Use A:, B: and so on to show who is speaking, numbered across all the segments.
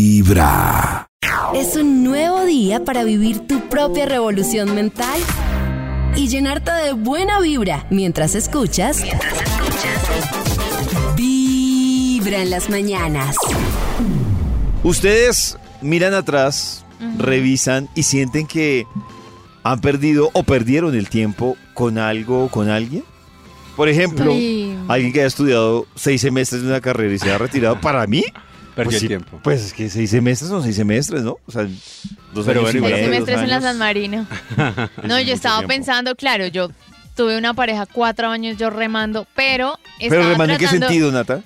A: Vibra.
B: Es un nuevo día para vivir tu propia revolución mental y llenarte de buena vibra mientras escuchas. Vibra en las mañanas.
C: Ustedes miran atrás, revisan y sienten que han perdido o perdieron el tiempo con algo o con alguien. Por ejemplo,
D: Sí.
C: alguien que ha estudiado seis semestres de una carrera y se ha retirado, para mí,
E: Perdí
C: pues,
E: el
C: sí,
E: tiempo.
C: pues es que seis semestres son seis semestres, ¿no? O sea, dos
E: Pero
C: años
E: bueno,
C: y
E: igual
C: medio,
E: hace
D: El
C: dos
D: semestre es en la
C: años.
D: San Marino. No, yo estaba
C: tiempo.
D: pensando, claro, yo tuve una pareja cuatro años yo remando, pero estaba
C: Pero remando en qué
D: tratando,
C: sentido, Nata?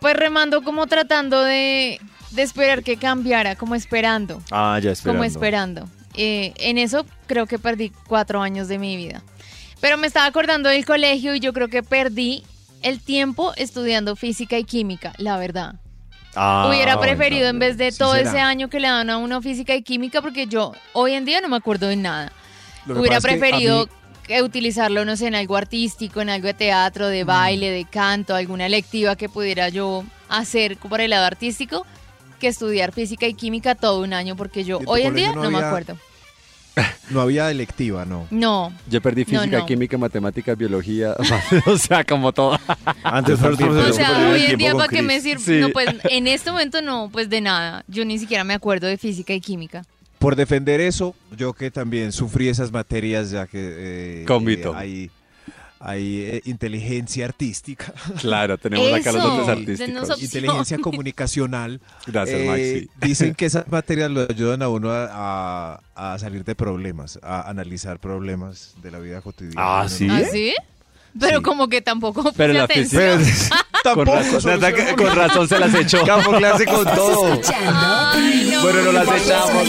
D: pues remando como tratando de, de esperar que cambiara, como esperando,
C: Ah, ya esperando.
D: como esperando. Eh, en eso creo que perdí cuatro años de mi vida. Pero me estaba acordando del colegio y yo creo que perdí el tiempo estudiando física y química, la verdad.
C: Ah,
D: Hubiera
C: bueno,
D: preferido en vez de
C: sí
D: todo
C: será.
D: ese año que le dan a uno física y química, porque yo hoy en día no me acuerdo de nada.
E: Lo que
D: Hubiera
E: pasa es que a
D: preferido
E: mí-
D: que utilizarlo, no sé, en algo artístico, en algo de teatro,
E: Mm.
D: de baile, de canto, alguna lectiva que pudiera yo hacer por el lado artístico, que estudiar física y química todo un año, porque yo
F: ¿Y en tu
D: hoy en
F: colegio
D: día no,
F: no
D: me
F: había-
D: acuerdo.
F: No había electiva, no.
D: No,
E: Yo perdí
D: No,
E: física,
D: no.
E: química, matemáticas, biología, o sea, como todo.
C: Antes fueron
E: O
C: profesores que
D: O
C: perdieron
D: sea,
C: el
D: hoy en
C: tiempo
D: día
C: con
D: para qué
C: Chris.
D: me sirve,
E: Sí.
D: no, pues en este momento no, pues de nada. Yo ni siquiera me acuerdo de física y química.
F: Por defender eso, yo que también sufrí esas materias, ya que eh,
E: Convito.
F: eh, hay, hay, eh, inteligencia artística,
E: Claro, tenemos acá los
D: Eso,
E: dotes
D: de
E: artísticos.
D: nosotros-
F: inteligencia comunicacional.
E: Gracias,
F: Eh,
E: Maxi.
F: Dicen que esas materias lo ayudan a uno a, a- a salir de problemas, a analizar problemas de la vida cotidiana.
C: Ah, ¿sí?
D: ¿Ah,
C: ¿Eh?
D: sí? Pero
F: Sí.
D: como que tampoco puse
E: Pero la
D: atención.
E: física- Con
F: Pues, Tampoco.
E: razón, Nata, con razón se las echó.
C: Campo clase con todo.
B: Escuchando.
E: Bueno, no las echamos.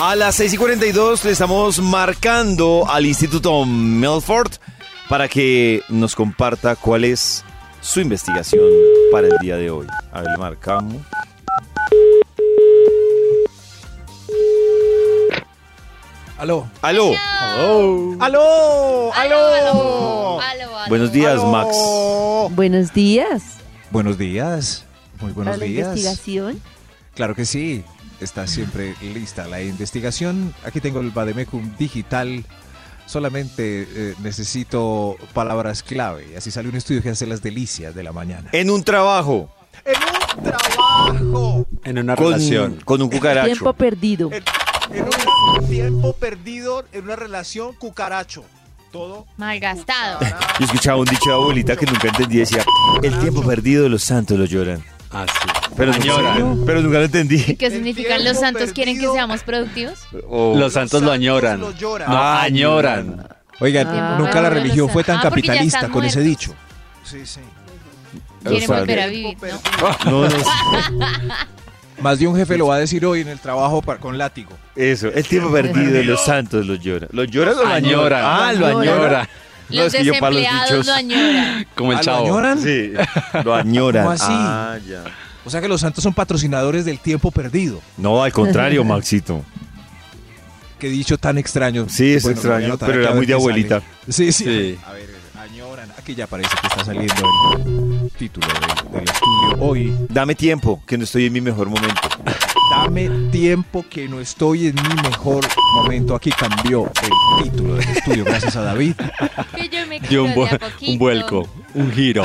C: A las 6 y 42 le estamos marcando al Instituto Melford para que nos comparta cuál es su investigación para el día de hoy. A ver, le marcamos.
F: Aló.
C: ¡Aló!
F: Aló.
D: Aló, aló, aló.
C: Buenos días, Max.
G: Buenos días.
F: Buenos días. Muy buenos
G: Para la
F: días.
G: investigación.
F: Claro que sí, está siempre lista la investigación. Aquí tengo el Bademecum digital. Solamente eh, necesito palabras clave. Así sale un estudio que hace las delicias de la mañana.
C: En un trabajo.
F: ¡En un trabajo!
E: En una
C: Con,
E: relación.
C: con un
G: Tiempo
C: cucaracho.
G: perdido.
F: En un tiempo perdido en una relación cucaracho. Todo.
D: Malgastado.
C: Yo escuchaba un dicho de abuelita que nunca entendí. Decía, el tiempo perdido de los santos lo lloran.
E: Ah, sí.
C: Pero nunca,
E: Añoran.
C: pero nunca lo entendí.
D: ¿Qué significa?
F: tiempo
D: ¿Los santos quieren que
F: perdido.
D: seamos productivos?
C: O-
E: Los santos lo Ah, añoran.
F: lo lloran.
E: No, añoran.
F: Oigan,
G: Ah.
F: nunca la religión fue tan
D: Ah, porque ya
F: capitalista
D: están
F: con ese
D: muertos.
F: dicho. Sí, sí.
D: Quieren
C: sea,
D: volver a vivir, ¿no?
C: No, no,
F: Más de un jefe lo va a decir hoy en el trabajo para- con látigo.
C: eso. El tiempo perdido de los santos lo lloran. ¿Lo lloran o lo
E: Añoran.
C: añoran? Ah, lo añoran.
E: añora.
C: No,
D: Los
C: es que yo para los
D: desempleados
C: dichos-
D: lo añoran.
E: Como el
F: Ah, ¿lo
E: chavo.
F: añoran?
C: Sí, lo añoran.
F: ¿Cómo así?
C: Ah, ya.
F: O sea que los santos son patrocinadores del tiempo perdido.
C: No, al contrario, Maxito.
F: Qué dicho tan extraño.
C: Sí, es
F: Bueno, voy a
C: extraño,
F: anotar
C: pero
F: aquí
C: era
F: a ver
C: muy de
F: qué
C: abuelita.
F: sale. Sí, sí.
E: Sí.
F: A ver, añoran. Aquí ya parece que está saliendo el título del, del estudio. Hoy,
C: Dame tiempo, que no estoy en mi mejor momento.
F: dame tiempo que no estoy en mi mejor momento. Aquí cambió el título del estudio, gracias a David.
D: Que yo me
E: Dio un,
D: quiero de a
E: vu-
D: poquito.
E: un vuelco, un giro.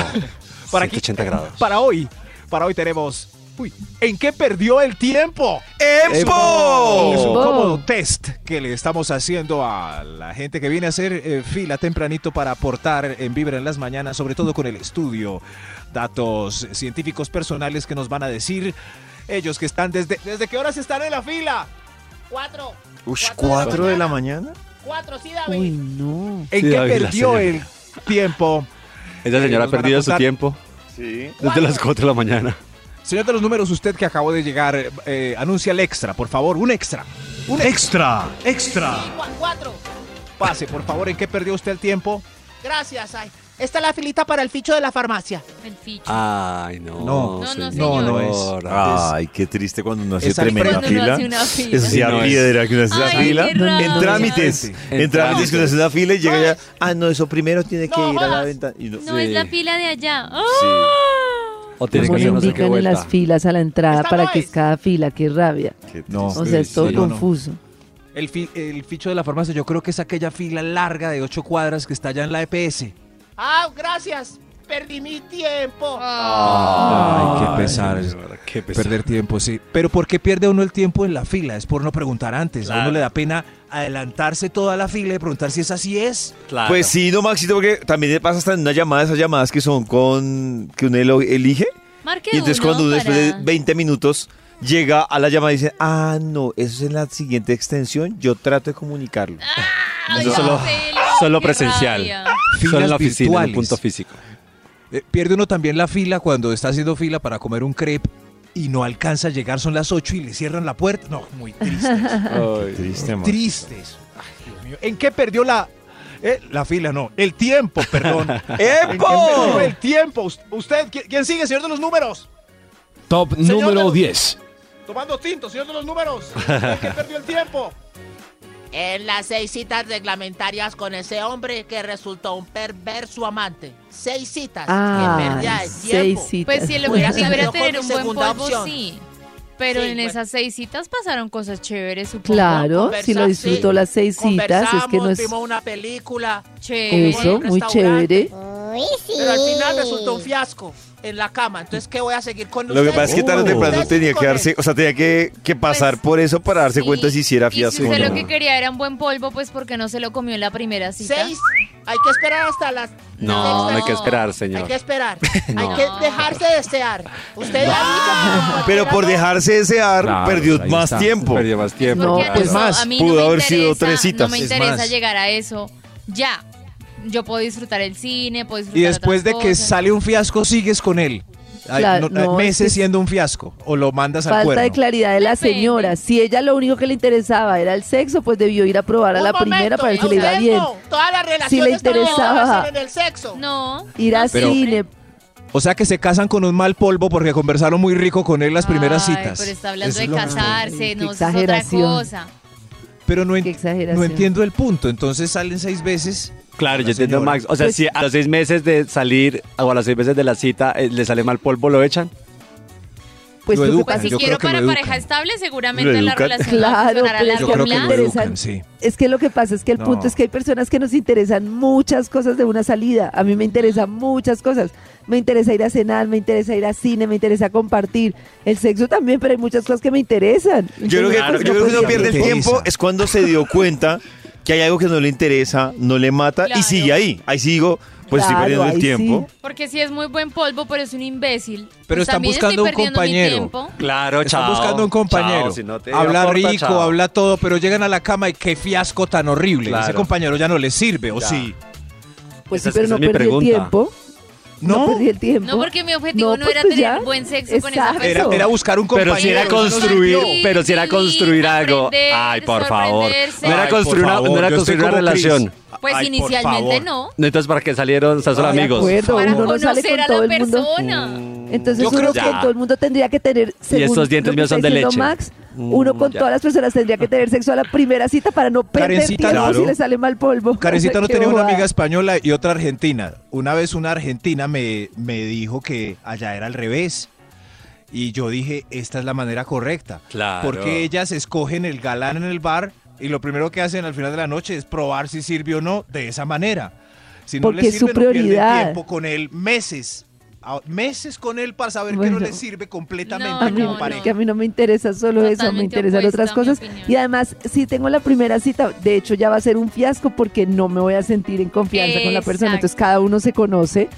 F: Para aquí-
E: 180 grados.
F: Para hoy, para hoy tenemos... Uy, ¿en qué perdió el tiempo? Es un
C: ¡Empo!
G: Empo.
F: cómodo test que le estamos haciendo a la gente que viene a hacer eh, fila tempranito para aportar en Vibra en las mañanas, sobre todo con el estudio, datos científicos personales que nos van a decir ellos que están desde... ¿Desde qué horas están en la fila?
H: Cuatro,
C: Ush, ¿cuatro de la mañana?
H: cuatro, sí,
G: Uy,
H: David.
G: no.
F: ¿En
E: Sí,
F: qué
E: David, la
F: perdió
E: señora.
F: el tiempo?
E: Esa
F: Eh,
E: señora ha
F: nos van a
E: perdido su
F: contar-
E: tiempo
C: Sí.
E: desde las 4 de la mañana.
F: Señor de los números, usted que acabó de llegar, eh, eh, anuncia el extra, por favor, un extra. Un extra, extra.
A: Cuatro.
F: Pase, por favor, ¿en qué perdió usted el tiempo?
A: Gracias. ay. Esta es la filita para el ficho de la farmacia.
D: El ficho.
C: Ah,
E: Ay, no.
F: No,
D: no, no,
E: señor.
F: no es.
E: Ah,
C: Ay, qué triste cuando uno hace
F: Es al
C: tremenda
D: frente. Cuando uno
C: fila.
D: hace una fila.
C: Eso sí,
E: Sí, no es.
C: piedra que uno hace esa
D: Ay,
C: fila.
D: qué rabia.
C: En trámites.
E: En
C: En trámites que uno hace una fila y llega ya. Ah, no, eso primero tiene que
A: No,
C: ir a la
A: jodas.
C: venta. Y
D: No es la pila de allá. ¡Ah!
E: O tiene
G: Como
E: que
G: le
E: hacer no sé qué
G: indican en
E: vuelta.
G: las filas a la entrada
A: Esta
G: para
A: no
G: que
A: es.
G: es cada fila, qué rabia.
F: No.
G: O sea, es todo
F: sí, no, no.
G: confuso.
F: El, fi- el ficho de la farmacia, yo creo que es aquella fila larga de ocho cuadras que está allá en la E EPS.
A: Ah, gracias. Perdí mi tiempo.
F: Ay, qué pesar.
E: Qué pesar.
F: Perder tiempo, sí. Pero ¿por qué pierde uno el tiempo en la fila? Es por no preguntar antes. A uno le da pena adelantarse toda la fila y preguntar si es así es.
E: Claro.
C: Pues sí, no, Maxito, porque también le pasa hasta en una llamada, esas llamadas que son con. que uno elo- elige.
D: Marque
C: Y entonces,
D: uno
C: cuando uno después de
D: para-
C: 20 minutos llega a la llamada y dice, ah, no, eso es en la siguiente extensión, yo trato de comunicarlo.
D: Ah, Ay,
E: Eso solo-
D: Marcelo,
E: solo
D: qué
E: presencial.
D: rabia.
E: Solo en la
F: Filas
E: oficina, en el
F: virtuales.
E: punto físico.
F: Eh, pierde uno también la fila cuando está haciendo fila para comer un crepe y no alcanza a llegar. Son las 8 y le cierran la puerta. No, muy tristes.
C: Triste, amor.
F: tristes. Ay, Dios mío. ¿En qué perdió la.? eh, la fila, no. El tiempo, perdón. ¿En qué perdió el tiempo? Us- ¿Usted ¿qui- quién sigue, señor de los números?
H: Top
A: Señor de
H: número
A: los-
H: 10.
A: Tomando tinto, señor de los números. que perdió el tiempo. En las seis citas reglamentarias con ese hombre que resultó un perverso amante. Seis citas. que
G: Ah,
A: perdía el
G: seis
A: tiempo.
G: citas.
D: Pues si lo
A: Hubiera
D: que hubiera
A: salido con
D: tener
A: mi
D: un buen
A: segunda
D: polvo,
A: opción.
D: sí. Pero
A: Sí,
D: en
A: bueno.
D: esas seis citas pasaron cosas chéveres, supongo.
G: Claro,
A: Conversa-
G: si lo disfrutó
A: sí.
G: las seis citas, es que no
A: Conversamos,
G: es
A: vimos una película.
D: Chévere.
A: en
G: eso,
A: un
G: muy
A: restaurante.
G: chévere.
A: Pero al final resultó un fiasco en la cama. Entonces, ¿qué voy a seguir con
C: Lo que pasa es que tarde o temprano
A: Ustedes
C: tenía que
A: con
C: darse,
A: él.
C: o sea, tenía que, que pasar
D: Pues,
C: por eso para darse
D: sí.
C: cuenta si hiciera
D: Y si
C: fiasco o
D: usted
C: no.
D: lo que quería era un buen polvo, pues porque no se lo comió en la primera cita.
A: Seis. Hay que esperar hasta las.
E: No,
A: sexta
E: no hay que
A: cita.
E: esperar,
A: Hay
E: señor.
A: que esperar.
E: No.
A: Hay que dejarse desear. Usted avisa.
C: Pero por dejarse desear,
F: Claro,
C: perdió
F: ahí
C: más
F: está.
C: tiempo.
E: Perdió más tiempo.
G: No,
D: Porque
E: claro.
D: a mí
G: pues
D: no-
C: más,
D: a mí
C: pudo
D: me
C: haber sido
D: interesa-
C: tres citas.
D: No me
C: Es
D: interesa
F: más.
D: llegar a eso. Ya. Yo puedo disfrutar el cine, puedo disfrutar
F: Y después de
D: otras
F: que
D: cosas.
F: sale un fiasco, sigues con él. Ay,
G: Claro,
F: no, eh,
G: no,
F: meses
G: es que-
F: siendo un fiasco. O lo mandas al
G: Falta
F: cuerno.
G: de claridad de la
D: Depende.
G: señora. Si ella lo único que le interesaba era el sexo, pues debió ir a probar a
A: Un
G: la primera
A: momento,
G: para ver si
A: ¿a
G: le iba
A: usted
G: bien.
A: no? Todas las relaciones
G: interesaba.
A: también en el sexo.
D: No.
G: Ir
D: no
G: a
D: siempre.
G: cine.
F: O sea que se casan con un mal polvo porque conversaron muy rico con él las primeras
D: Ay,
F: citas.
D: Pero está hablando
F: Eso
D: de
F: es lo que-
D: casarse,
G: Ay,
D: no eso es
G: qué
D: otra
G: exageración.
D: cosa.
F: Pero no, en-
G: Qué exageración.
F: no entiendo el punto. Entonces salen seis veces.
E: Claro, yo
F: La
E: entiendo,
F: señora.
E: Max. O sea,
G: Pues
E: si a los seis meses de salir o a los seis meses de la cita eh, le sale mal polvo, ¿lo echan?
G: Pues
F: Lo
G: tú que
F: educan,
D: Pues
G: pas-
D: si
F: yo creo
D: quiero
F: que
D: para
F: lo
D: pareja
F: educan.
D: estable,
C: Lo
D: seguramente la
C: educan.
D: relación va a
G: Claro,
D: funcionar a
G: pero
D: la
G: yo
F: Yo creo que
D: larga.
F: lo
G: Interesante.
F: educan, sí.
G: Es que lo que pasa es que el
F: No.
G: punto es que hay personas que nos interesan muchas cosas de una salida. A mí me interesan muchas cosas. Me interesa ir a cenar, me interesa ir a cine, me interesa compartir. El sexo también, pero hay muchas cosas que me interesan.
C: Yo creo que,
G: Entonces, pues,
C: yo
G: no
C: creo que uno
G: podría
C: pierde el
G: perder.
F: Interesa.
C: tiempo es cuando se dio cuenta que hay algo que no le interesa, no le mata y
D: Claro.
C: sigue ahí. Ahí sigo, pues
G: Claro,
C: estoy perdiendo el
G: ahí
C: tiempo.
G: sí.
D: Porque si es muy buen polvo, pero es un imbécil.
F: Pero
D: pues
F: están
D: también estoy
F: buscando un
D: perdiendo mi
F: compañero.
D: tiempo.
E: Claro,
F: Están buscando un compañero.
E: Chao, si no te
F: habla
E: aporta,
F: rico,
E: chao.
F: habla todo, pero llegan a la cama y qué fiasco tan horrible.
E: Claro.
F: Ese compañero ya no les sirve, ¿o
E: Ya.
F: sí?
G: Pues
E: Esa
G: sí,
E: es-
G: pero
E: esa
G: no
E: es mi
G: perdí el
E: pregunta.
G: tiempo.
F: No.
G: perdí el tiempo.
D: No, porque mi objetivo no,
G: pues,
D: era
G: pues,
D: tener
G: ya.
D: buen sexo con esa
G: Exacto.
D: persona.
F: Era, era buscar un compañero.
E: Pero si era
F: ya no les
E: construir,
F: sirvió.
E: pero si era construir algo.
D: Aprender,
E: Ay, por favor.
D: sorprenderse.
E: No era
F: Ay, por
E: construir una, no
F: favor,
E: era
F: yo estoy
E: construir una
F: como Chris.
E: relación.
D: Pues
F: Ay, por
D: inicialmente
F: favor.
D: no.
E: No, Entonces, ¿para qué salieron? Son solo
G: No, de
E: amigos. Mm,
G: acuerdo,
D: Para
G: uno no sale
D: conocer
G: con
D: a
G: todo
D: la
G: el mundo.
D: persona.
F: Mm.
G: Entonces
F: Yo
G: uno
E: creo
G: con
E: que- Ya.
G: todo el mundo tendría que tener según
E: estos dientes
G: lo que
E: míos
G: está
E: son de
G: diciendo
E: leche.
G: Max, uno
E: Mm,
G: con
E: ya.
G: todas las personas tendría que tener sexo a la primera cita para no perder
F: Karencita,
G: tiempo
F: claro.
G: si le sale mal polvo.
F: Karencita no
G: Qué
F: tenía una
G: bobada.
F: amiga española y otra argentina. Una vez una argentina me, me dijo que allá era al revés. Y yo dije, esta es la manera correcta.
E: Claro.
F: Porque ellas escogen el galán en el bar y lo primero que hacen al final de la noche es probar si sirve o no de esa manera. Si no
G: Porque
F: les
G: es su
F: sirve, no pierden
G: prioridad.
F: tiempo con él meses. A- Meses con él para saber que
G: Bueno.
F: no les sirve
D: No,
G: A
F: completamente
G: mí,
F: como
D: no,
F: pareja.
G: que a mí no me interesa solo eso, me
D: Totalmente
G: interesan
D: opuesta
G: otras
D: a mi
G: cosas.
D: opinión.
G: Y además, si tengo la primera cita, de hecho ya va a ser un fiasco porque no me voy a sentir en confianza con la persona.
D: Exacto.
G: Entonces cada uno se conoce.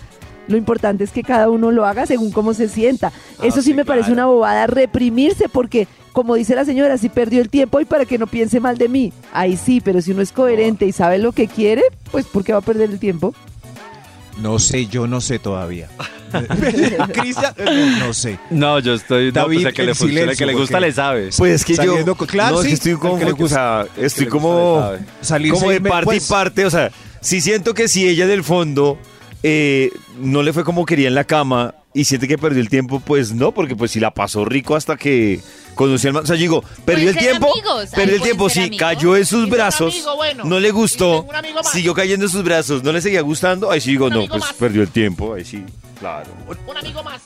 G: Lo importante es que cada uno lo haga según cómo se sienta.
E: Ah,
G: eso sí,
E: sí,
G: me parece
E: claro.
G: una bobada reprimirse porque, como dice la señora, si perdió el tiempo y para que no piense mal de mí. Ahí sí, pero si uno es coherente y sabe lo que quiere, pues ¿por qué va a perder el tiempo?
F: No sé, yo no sé todavía. Cristian, no, no sé.
E: No, yo estoy. no,
F: David,
E: pues el que
F: el
E: le funciona, el que
F: silencio,
E: le gusta
F: porque-
E: le sabe.
C: Pues es que
F: Saliendo
C: yo.
F: con- claro,
C: no, es
F: sí,
C: que estoy
F: al que
C: como.
F: le
C: o sea, estoy
E: le gusta,
C: como.
E: le sabe.
F: Salirse
C: como de
F: y me-
C: parte
F: pues,
C: y parte. O sea, si siento que si ella del fondo eh, no le fue como quería en la cama y siente que perdió el tiempo, pues no, porque pues si la pasó rico hasta que conoció al man. O sea, yo digo, perdió el
D: ser
C: tiempo.
D: amigos, ahí
C: Perdió el
D: pueden
C: tiempo,
D: ser
C: sí,
D: amigos.
C: cayó en sus
A: Y ser
C: brazos.
A: amigo, bueno.
C: No le
A: Y
C: gustó.
A: ser un amigo más.
C: Siguió cayendo en sus brazos. No le seguía gustando. Ahí sí digo,
A: Un
C: no,
A: amigo
C: pues
A: más.
C: perdió el tiempo. Ahí sí, claro.
A: Un amigo más.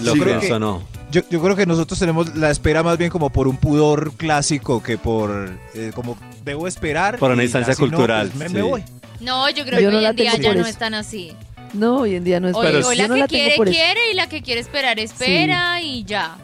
E: Lo
F: Sí, creo
E: creo
F: que-
E: que no.
F: Yo, yo creo que nosotros tenemos la espera más bien como por un pudor clásico que por eh, como debo esperar.
E: Por una
F: y
E: instancia
F: así no,
E: cultural,
F: pues, me,
E: sí.
F: me voy.
D: No, yo creo
G: Yo
D: que
G: no
D: hoy
G: la
D: en día
G: tengo
D: ya
G: por
D: no
G: eso.
D: están así.
G: No, hoy en día no es
D: O,
E: Pero
D: o
E: sí.
D: la
G: Yo no
D: que
G: la tengo
D: quiere,
G: por eso.
D: quiere y la que quiere esperar, espera y ya.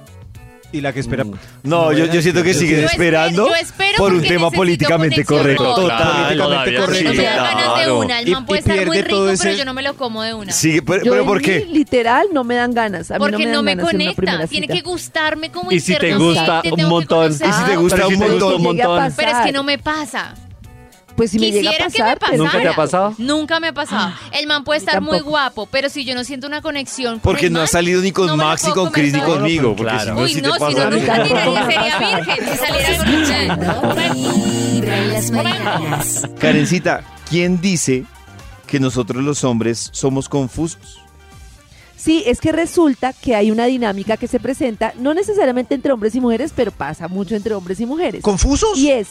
F: Y la que espera.
E: Mm.
C: No, yo, yo siento que
F: Yo
C: siguen
D: espero-
C: esperando
D: yo espero
C: por un
D: porque
C: tema
D: necesito
C: políticamente
D: conexión
C: correcto.
D: con otro.
C: Total,
F: Políticamente
D: A mí no
F: correcto.
D: me da ganas de
C: Claro.
D: una. El
F: Y-
D: man puede
F: y
D: estar muy
F: pierde
D: rico,
F: todo ese-
D: pero yo no me lo como de una.
C: Sigue, pero,
G: Yo
C: pero
G: en
C: ¿por
G: mí,
C: qué?
G: literal no me dan ganas. A mí
D: Porque
G: no
D: no me,
G: me, dan ganas en una primera
D: conecta. Tiene
G: cita.
D: que gustarme como
E: Y si te
D: internamente,
E: gusta
D: te
E: un
D: tengo que
E: montón.
D: conocer.
C: Y si te
G: Ah,
C: gusta
E: pero
C: un
E: si te gusta
C: montón.
E: un
G: Llegué a
E: montón.
D: Pero es que
G: pasar.
D: no me pasa.
G: Pues si me llega a
D: Quisiera que me
G: pasar, pues,
D: pasara.
G: pero-
E: ¿Nunca te ha pasado?
D: Nunca me ha pasado. El man puede estar muy
G: tampoco.
D: guapo, pero si yo no siento una conexión con
C: Porque
D: el
C: no
D: man,
C: ha salido ni con
D: no me lo
C: Max, ni
D: puedo
C: con Chris, ni
D: comer todo.
C: conmigo. Porque
E: Claro.
C: si no,
D: Uy,
C: sí
D: no,
C: te
D: si no,
C: pasa.
D: nunca ni
G: Tampoco
D: nadie
G: me
D: sería
G: pasa.
D: virgen si saliera con un man.
B: Vibra en las mañanas.
C: Karencita, ¿quién dice que nosotros los hombres somos confusos?
G: Sí, es que resulta que hay una dinámica que se presenta, no necesariamente entre hombres y mujeres, pero pasa mucho entre hombres y mujeres.
F: ¿Confusos?
G: Y es,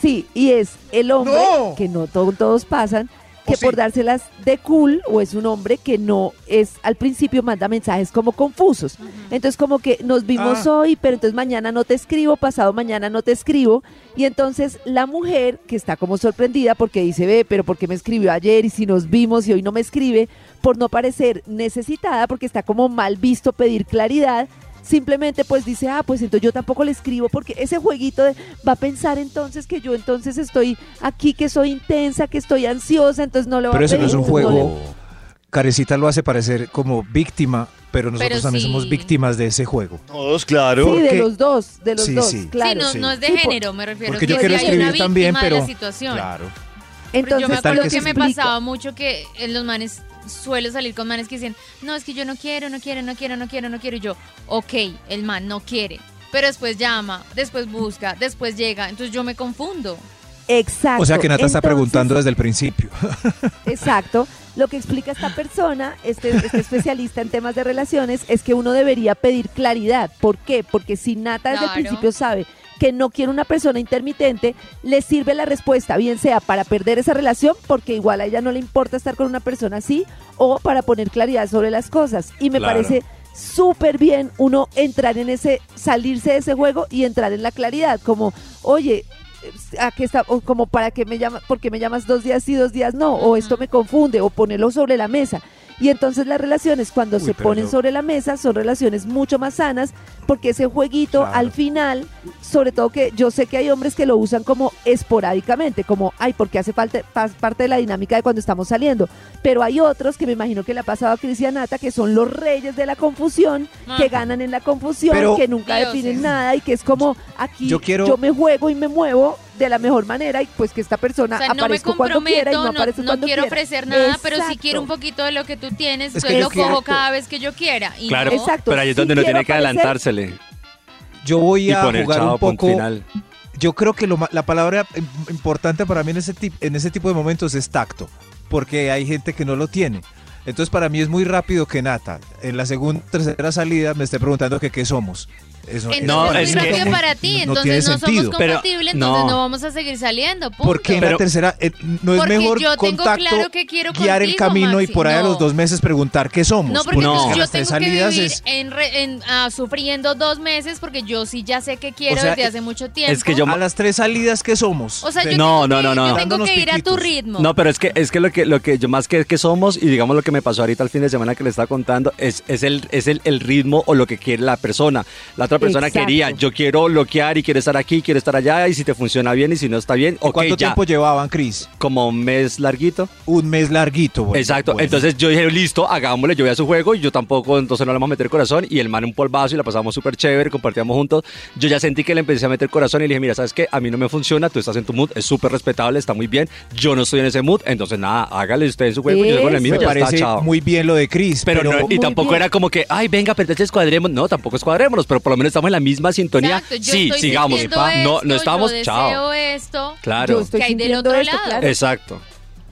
G: sí, y es el hombre,
F: No.
G: que no to- todos pasan,
F: ¿O
G: que
F: sí?
G: por dárselas de cool, o es un hombre que no es, al principio manda mensajes como confusos. Entonces como que nos vimos
F: Ah.
G: hoy, pero entonces mañana no te escribo, pasado mañana no te escribo. Y entonces la mujer que está como sorprendida porque dice, ve, pero ¿por qué me escribió ayer? Y si nos vimos y hoy no me escribe, por no parecer necesitada, porque está como mal visto pedir claridad, simplemente pues dice, ah, pues entonces yo tampoco le escribo, porque ese jueguito de, va a pensar entonces que yo entonces estoy aquí, que soy intensa, que estoy ansiosa, entonces no le va
F: Pero
G: a
F: eso no es
G: pedir,
F: un
G: entonces no le-
F: juego. Carecita lo hace parecer como víctima, pero nosotros
D: Pero
F: también
D: sí.
F: somos víctimas de ese juego.
C: Todos, claro.
G: Sí, de
F: Porque-
G: los dos, de los
F: Sí,
G: dos,
F: sí.
D: sí,
G: claro.
D: no,
F: sí.
D: no es de
G: Sí, por-
D: género, me refiero.
F: Porque
D: que
F: yo quiero
D: hay una
F: escribir
D: víctima
F: también,
D: de
F: pero-
D: la situación.
F: Claro.
D: Pero yo me
G: Entonces,
F: tal
D: acuerdo que,
F: que se
D: me
G: explica.
D: pasaba mucho que en los manes suelo salir con manes que dicen, no, es que yo no quiero, no quiero, no quiero, no quiero, no quiero. Y yo, ok, el man no quiere. Pero después llama, después busca, después llega. Entonces yo me confundo.
G: Exacto.
F: O sea que Nata está
G: Entonces,
F: preguntando desde el principio.
G: Exacto. Lo que explica esta persona, este, este especialista en temas de relaciones, es que uno debería pedir claridad. ¿Por qué? Porque si Nata desde
D: Claro.
G: el principio sabe que no quiere una persona intermitente, le sirve la respuesta, bien sea para perder esa relación, porque igual a ella no le importa estar con una persona así, o para poner claridad sobre las cosas. Y me
E: Claro.
G: parece súper bien uno entrar en ese, salirse de ese juego y entrar en la claridad, como, oye, a qué está, o como para qué me llama, porque me llamas dos días sí, dos días no, o esto me confunde, o ponerlo sobre la mesa. Y entonces las relaciones cuando
F: Uy,
G: se
F: pero
G: ponen
F: yo-
G: sobre la mesa son relaciones mucho más sanas, porque ese jueguito
F: Claro.
G: al final, sobre todo que yo sé que hay hombres que lo usan como esporádicamente, como, ay, porque hace falta pa- parte de la dinámica de cuando estamos saliendo. Pero hay otros que me imagino que le ha pasado a Cristianata, que son los reyes de la confusión, que
D: Ah.
G: ganan en la confusión,
F: Pero-
G: que nunca definen
D: Dioses.
G: nada y que es como aquí
F: Yo
G: yo,
F: quiero-
G: me juego y me muevo de la mejor manera y pues que esta persona
D: O sea, no me
G: aparezca cuando quiera y
D: comprometo,
G: no
D: no,
G: aparece
D: no
G: cuando
D: quiero
G: quiera.
D: ofrecer nada, pero si
G: Exacto.
D: quiero un poquito de lo que tú tienes,
F: Es que
D: entonces
F: yo
D: lo cojo
G: quiero-
D: cada vez que yo quiera. Y
E: Claro,
D: no,
G: Exacto,
E: pero ahí es
G: sí
E: donde uno
G: quiero
E: tiene que
G: aparecer.
E: adelantársele
F: Yo voy
E: y
F: a
E: poner
F: jugar
E: chao,
F: un
E: punto
F: poco
E: final.
F: Yo creo que lo ma- la palabra im- importante para mí en ese, tip- en ese tipo de momentos es tacto, porque hay gente que no lo tiene. Entonces para mí es muy rápido que Nata, en la segunda, tercera salida, me esté preguntando que qué somos. Eso-
D: entonces
E: No,
D: es muy
E: es que-
D: rápido para ti,
F: no tiene
D: entonces no somos
F: sentido.
E: Pero-
D: compatibles, entonces
E: no.
D: no. vamos a seguir saliendo. Punto.
F: Porque en la
E: Pero-
F: tercera eh, no es
D: Porque
F: mejor
D: yo tengo
F: contacto,
D: claro que quiero
F: guiar el
D: contigo,
F: camino y
D: Maxi.
F: por ahí a los
D: No.
F: dos meses preguntar qué somos.
D: No, porque
E: No.
D: entonces
F: es que
D: yo
F: las
D: tengo
F: tres
D: que
F: salidas
D: vivir
F: es-
D: en re- en, ah, sufriendo dos meses porque yo sí ya sé que quiero
F: O sea,
D: desde hace mucho tiempo.
E: es que yo-
F: a las tres salidas que somos.
D: o sea, yo
E: No,
D: tengo
E: no, no,
D: que,
E: no.
D: yo tengo
F: Dándonos
D: que ir a tu
F: piquitos.
D: ritmo.
E: No, pero es que es que lo que lo que yo más que, que somos y digamos lo que me pasó ahorita el fin de semana que le estaba contando es es el es el, el ritmo o lo que quiere la persona. La otra otra persona
G: Exacto.
E: quería. Yo quiero bloquear y quiero estar aquí, quiero estar allá. Y si te funciona bien y si no está bien, ok,
F: ¿Cuánto
E: ya.
F: tiempo llevaban, Cris?
E: Como un mes larguito.
F: Un mes larguito. Pues, bueno,
E: Exacto.
F: bueno.
E: Entonces yo dije, listo, hagámosle. Yo voy a su juego y yo tampoco, entonces no le vamos a meter corazón. Y el man un polvazo y la pasamos súper chévere, compartíamos juntos. Yo ya sentí que le empecé a meter corazón y le dije, mira, ¿sabes qué? A mí no me funciona, tú estás en tu mood, es súper respetable, está muy bien. Yo no estoy en ese mood, entonces nada, hágale usted en su juego. y Yo con el
G: Eso.
E: mío,
F: me
E: ya
F: parece
E: está, chao.
F: muy bien lo de Cris,
E: Pero,
F: pero,
E: no, y
G: muy
E: tampoco
G: bien.
E: era como que, ay, venga, pero entonces cuadrémonos. No, tampoco es cuadrémonos, pero por lo menos estamos en la misma sintonía.
D: Exacto, yo
E: sí,
D: estoy
E: sigamos.
D: sintiendo
E: no,
D: esto,
E: no estamos,
D: yo
E: chao.
D: deseo esto.
E: Claro.
G: Yo estoy
D: Que hay del
G: sintiendo
D: otro
G: esto,
D: lado.
G: claro.
E: Exacto.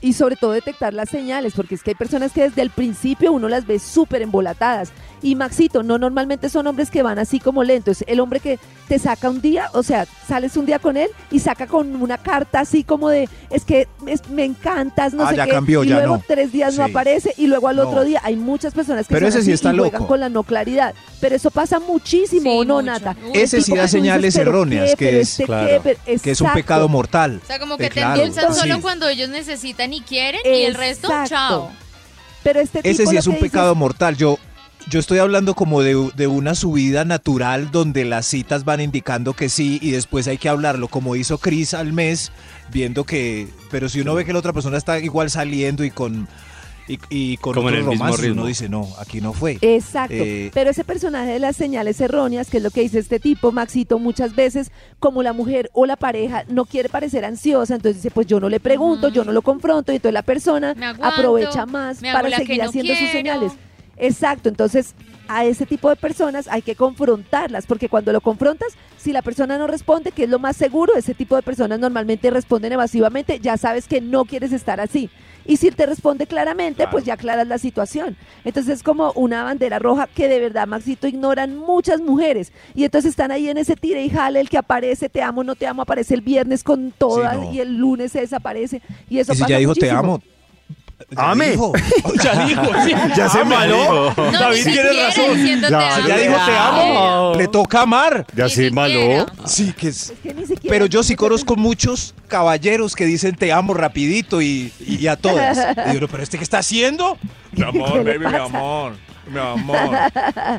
G: y sobre todo detectar las señales, porque es que hay personas que desde el principio uno las ve súper embolatadas. Y Maxito, no normalmente son hombres que van así como lentos. El hombre que te saca un día, o sea, sales un día con él y saca con una carta así como de, es que es- me encantas, no
F: Ah,
G: sé
F: ya
G: qué.
F: cambió,
G: y
F: ya
G: luego
F: no.
G: tres días no
F: Sí.
G: aparece y luego al
F: No.
G: otro día. Hay muchas personas que
F: Pero
G: son
F: ese sí
G: así
F: está
G: y juegan
F: loco.
G: con la no claridad. Pero eso pasa muchísimo,
D: Sí,
G: ¿o no,
D: mucho.
G: Nata?
D: Uy,
F: Ese
G: El
F: sí
G: tipo
F: da
G: que tú
F: señales
G: "¿Pero
F: erróneas,
G: qué?
F: que
G: ¿Pero
F: es-
G: este qué?
E: claro,
G: Pero-
F: que es un
G: exacto.
F: pecado mortal.
D: O sea, como que
F: Eh,
D: te
F: claro,
D: endulzan solo
F: sí.
D: cuando ellos necesitan y quieren y el resto,
G: Exacto.
D: chao.
G: Pero este
F: Ese
G: tipo
F: sí
G: lo
F: es un
G: que dices,
F: pecado mortal. Yo, yo estoy hablando como de, u- de una subida natural donde las citas van indicando que sí y después hay que hablarlo, como hizo Chris al mes, viendo que. Pero si uno ve que la otra persona está igual saliendo y con. Y, y con
E: Como en
F: otros
E: el mismo
F: romances,
E: ritmo.
F: uno dice, no, aquí no fue.
G: Exacto.
F: Eh,
G: Pero ese personaje de las señales erróneas, que es lo que dice este tipo, Maxito, muchas veces, como la mujer o la pareja no quiere parecer ansiosa, entonces dice, pues yo no le pregunto, yo no lo confronto, y entonces la persona
D: Me aguanto,
G: aprovecha más
D: me hago
G: para
D: la que
G: seguir
D: no
G: haciendo sus
D: quiero.
G: señales. Exacto, entonces a ese tipo de personas hay que confrontarlas, porque cuando lo confrontas, si la persona no responde, que es lo más seguro, ese tipo de personas normalmente responden evasivamente, ya sabes que no quieres estar así. Y si te responde claramente, pues ya aclaras la situación. Entonces es como una bandera roja que de verdad, Maxito, ignoran muchas mujeres. Y entonces están ahí en ese tire y jale, el que aparece, te amo, no te amo, aparece el viernes con todas
F: no.
G: y el lunes se desaparece. Y eso
F: y si
G: pasa
F: ya dijo, te
G: muchísimo".
F: amo. ya
C: Ame.
F: dijo.
C: Ya dijo, Ya se maló.
D: No, ni
C: David tiene
D: siquiera
C: razón.
D: diciéndote
H: Ya,
D: algo.
F: Ya dijo, te amo. Le toca amar.
H: Ya
D: Ni
H: se maló.
D: siquiera.
F: Sí, que es.
G: Es que ni siquiera-
F: Pero yo sí conozco muchos caballeros que dicen te amo rapidito y, y a todas. Y yo, pero este que está haciendo? Mi
G: ¿Qué
F: amor,
G: le
F: baby, mi
G: pasa?
F: amor. Mi amor.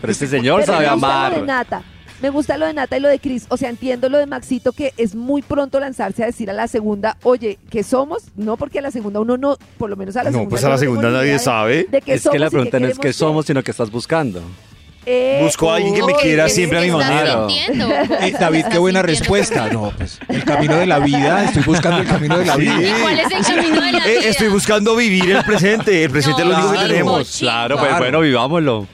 E: Pero este señor
G: Pero
E: sabe
G: me gusta lo de
E: amar.
G: Nata. Me gusta lo de Nata y lo de Cris. O sea, entiendo lo de Maxito que es muy pronto lanzarse a decir a la segunda, oye, ¿qué somos? No, porque a la segunda uno no, por lo menos a la
H: No,
G: segunda.
H: pues a
G: yo
H: la
G: no tengo
H: segunda
G: ni
H: nadie
G: idea de-
H: sabe.
G: de qué
E: Es que la
G: somos y qué
E: pregunta no es qué
G: queremos
E: somos, sino que estás buscando.
G: ser. Eh,
C: Busco a alguien que me
G: uy,
C: quiera
G: qué
C: siempre a mi
G: bien.
C: manera.
F: Eh, David, qué buena respuesta. No, pues el camino de la vida. Estoy buscando el camino de la
C: Sí.
F: vida.
D: ¿Y cuál es el camino de la vida?
C: Eh, estoy buscando vivir el presente. El presente es lo único que
D: Claro.
C: tenemos.
E: Claro,
F: Claro.
E: pues bueno, vivámoslo.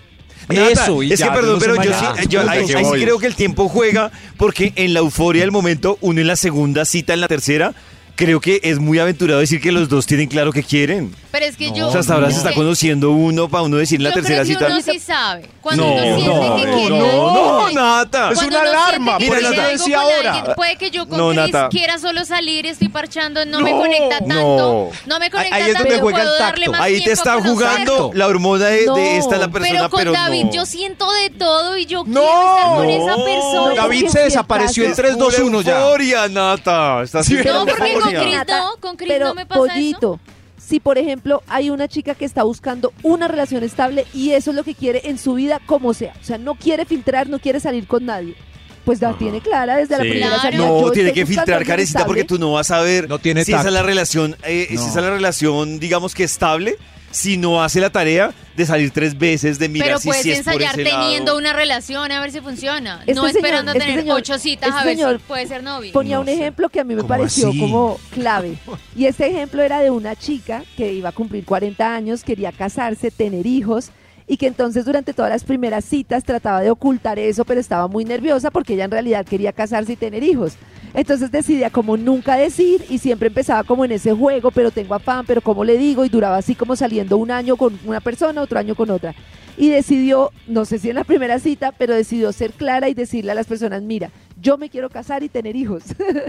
F: Nada,
C: Eso,
F: y
C: es
F: ya,
C: que perdón,
F: no se
C: pero yo sí, eh,
F: maneja.
C: yo ahí, ahí sí
H: voy.
C: creo que el tiempo juega porque en la euforia del momento, uno en la segunda cita, en la tercera, creo que es muy aventurado decir que los dos tienen claro que quieren.
D: Pero es que yo.
C: o sea, hasta ahora se
D: es
C: está
D: que-
C: conociendo uno para uno decir en la
D: yo
C: tercera
D: creo que
C: cita.
D: Uno sí sabe. Cuando
C: no,
D: uno siente
C: no,
D: que
C: no,
D: quiere
C: no,
D: algo, pues,
C: Nata.
D: cuando
F: una
D: uno siente
F: alarma,
D: que
C: por
D: quiere
C: eso
D: algo
F: decía
D: con
F: ahora.
D: alguien, puede que yo con
C: No,
D: Chris
C: Nata.
D: quiera solo salir y estoy parchando, no, me
F: No,
D: conecta tanto. No, me conecta
F: Ahí es donde
D: tanto,
F: juega el
D: puedo darle
F: tacto.
D: más
C: Ahí te
D: tiempo a
C: está jugando
D: conocerlo.
C: la hormona de,
G: No.
C: de esta la persona,
D: pero con
C: pero
D: David
C: no.
D: yo siento de todo y
F: No,
D: yo quiero estar con
F: no,
D: esa persona.
F: David
G: porque
F: se
G: si
F: desapareció en
G: estás-
F: 3, 2, 1 ya.
C: Euforia, Nata. Estás
F: Sí.
C: en
D: No, porque con
C: euforia.
D: Chris no, con Chris
G: pero,
D: no me pasa eso.
G: pollito, Si por ejemplo hay una chica que está buscando una relación estable y eso es lo que quiere en su vida como sea, o sea, no quiere filtrar, no quiere salir con nadie, pues la tiene clara desde la
E: Sí.
G: primera
D: Claro.
G: salida.
C: No,
G: Yo
C: tiene
G: estoy
C: que
G: buscando
C: filtrar,
G: alguien
C: carecita,
G: estable.
C: porque tú no vas a ver
F: No tiene
C: si esa es
F: tacto.
C: la relación, eh, si
F: No.
C: esa es la relación, digamos que estable, si no hace la tarea de salir tres veces, de mirar
D: Pero
C: si,
D: puedes
C: si es por
D: ensayar
C: ese lado.
D: teniendo una relación a ver si funciona.
G: Este
D: no
G: señor-
D: esperando a
G: este
D: tener
G: señor-
D: ocho citas
G: este
D: a ver
G: señor-
D: si puede ser novio.
G: ponía
F: No
G: un
F: sé.
G: ejemplo que a mí me
F: ¿Cómo
G: pareció
F: así?
G: como clave. Y este ejemplo era de una chica que iba a cumplir 40 años, quería casarse, tener hijos y que entonces durante todas las primeras citas trataba de ocultar eso, pero estaba muy nerviosa porque ella en realidad quería casarse y tener hijos. Entonces decidía como nunca decir y siempre empezaba como en ese juego, pero tengo afán, pero cómo le digo y duraba así como saliendo un año con una persona, otro año con otra. Y decidió, no sé si en la primera cita, pero decidió ser clara y decirle a las personas, mira, yo me quiero casar y tener hijos.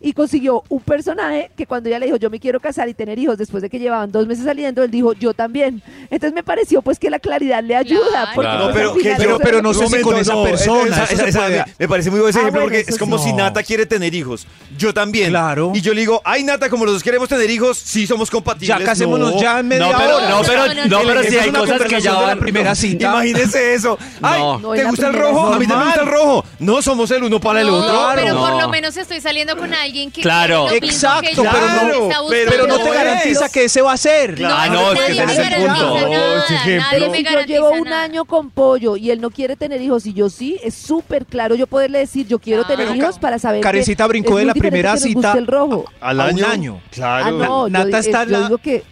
G: y consiguió un personaje que cuando ella le dijo, yo me quiero casar y tener hijos, después de que llevaban dos meses saliendo, él dijo, yo también. Entonces me pareció pues que la claridad le ayuda.
D: Claro.
G: porque,
C: No,
G: pues,
C: pero,
G: al final
C: que-
G: eso
F: pero- pero Ah,
G: era-
F: no sé si con esa persona,
C: esa-
F: eso
C: esa-
F: se
C: esa-
F: puede-
C: me parece muy buen ese
G: Ah,
C: ejemplo
G: bueno,
C: porque
G: eso
C: es como
F: sí.
C: si
F: No.
C: Nata quiere tener hijos. Yo también.
F: Claro.
C: Y yo le digo, ay Nata, como los dos queremos tener hijos, sí somos compatibles.
F: Ya casémonos
C: No.
F: ya en media
E: No, pero,
F: hora.
E: no, pero,
D: No, no,
E: no,
D: no,
E: pero
D: no,
E: si
F: es
E: hay
F: una
E: cosas que ya
F: conversación de la
E: van.
F: primera
E: mira,
F: cita.
C: Imagínese eso. Ay,
E: No,
C: ¿te
G: es la
C: gusta el
G: primera
C: rojo? A mí
F: cita.
C: también me gusta el rojo. No, somos el uno para el
D: No,
C: otro.
D: pero por
E: No.
D: lo menos estoy saliendo con alguien que
E: Claro.
D: quiere lo mismo
F: Exacto,
D: que yo,
F: pero
D: que
F: no-
D: está
C: pero-
F: Pero no
D: buscando
F: te
D: lo
C: es.
F: garantiza que ese va a ser.
D: No,
E: Ah, no, es que
D: nadie
E: ese
D: me
E: es el
D: garantiza
E: punto.
D: nada,
C: Oh, ese
D: nadie me
G: si yo
D: garantiza
G: llevo un
D: nada.
G: año con pollo y él no quiere tener hijos y yo sí, es súper claro yo poderle decir yo quiero
D: Claro.
G: tener
D: Pero
G: hijos para saber. que
F: Carecita
G: es
F: brincó
G: muy
F: de la
G: diferente
F: primera
G: que nos guste
F: cita
G: el rojo.
C: Al
F: A un
C: año.
F: año.
C: Claro.
G: Ah, no,
F: Nata
G: yo,
F: está en
G: yo
F: la-
G: digo que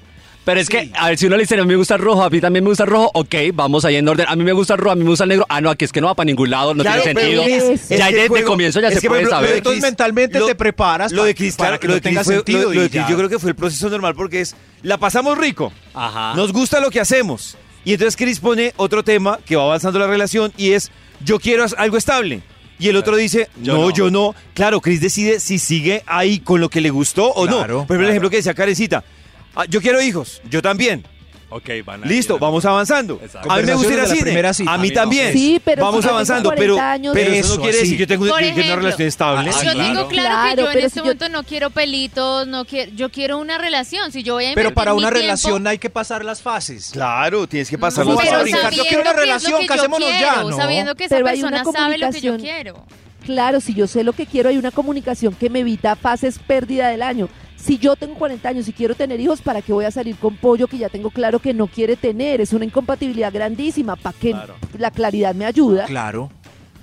E: Pero es
F: Sí.
E: que, a ver, si uno le dice, a mí me gusta el rojo, a mí también me gusta el rojo, ok, vamos ahí en orden. A mí me gusta el rojo, a mí me gusta el negro. Ah, no, aquí es que no va para ningún lado, no
C: Claro,
E: tiene
C: pero
E: sentido.
G: es-
E: ya
C: es que
E: desde el
C: juego-
E: comienzo ya
C: es
E: se
C: que, por
E: puede
C: ejemplo,
E: saber.
C: lo de
F: Entonces,
C: Cris-
F: mentalmente te preparas
C: Lo
F: pa-
C: de Cris,
F: para
C: claro,
F: que
C: lo
F: no
C: de Cris
F: tenga
C: fue- lo-
F: sentido
C: lo
F: y
C: de Cris
F: ya.
C: yo creo que fue el proceso normal porque es, la pasamos rico,
E: Ajá.
C: nos gusta lo que hacemos. Y entonces Cris pone otro tema que va avanzando la relación y es, yo quiero as- algo estable. Y el otro dice,
E: Yo
C: no,
E: no.
C: yo no. Claro, Cris decide si sigue ahí con lo que le gustó o no. Por
F: Claro,
C: ejemplo, el ejemplo que decía Karencita, "Ah, yo quiero hijos, yo también.
E: ok, van
C: Listo, vamos avanzando.
E: Exacto.
C: A mí me gusta ir
F: Conversaciones
C: a
F: de la primera
C: cine.
F: cita.
C: A
E: A mí no.
C: mí también.
G: Sí, pero
C: vamos
G: si yo tengo
C: avanzando,
G: 40
C: pero,
G: años-
C: pero eso,
F: Eso,
C: no quiere
F: así.
C: decir que yo tengo una,
D: Por
C: yo tengo una
D: ejemplo,
C: relación estable.
E: Ah,
D: yo
E: claro.
D: digo claro, que
G: Claro,
D: yo en
G: pero
D: este
G: si yo-
D: momento no quiero pelitos, no quiero, yo quiero una relación. Si yo voy a
F: Pero
D: invertir
F: para
D: Em, mi
F: una
D: tiempo-
F: relación hay que pasar las fases.
C: Claro, tienes que pasar
F: ¿Cómo
C: los
F: vas a
D: pero
C: pasos.
F: brincar?
D: sabiendo
F: Yo quiero una
D: qué es lo
F: relación,
D: que yo
F: casémonos ya,
D: quiero,
F: ¿no?
D: Sabiendo que esa
G: Pero hay una
D: persona sabe lo que yo
G: comunicación.
D: quiero.
G: Claro, si yo sé lo que quiero, hay una comunicación que me evita fases pérdida del año. Si yo tengo 40 años y quiero tener hijos, ¿para qué voy a salir con pollo que ya tengo claro que no quiere tener? Es una incompatibilidad grandísima. ¿Para qué
E: Claro.
G: la claridad me ayuda?
F: Claro.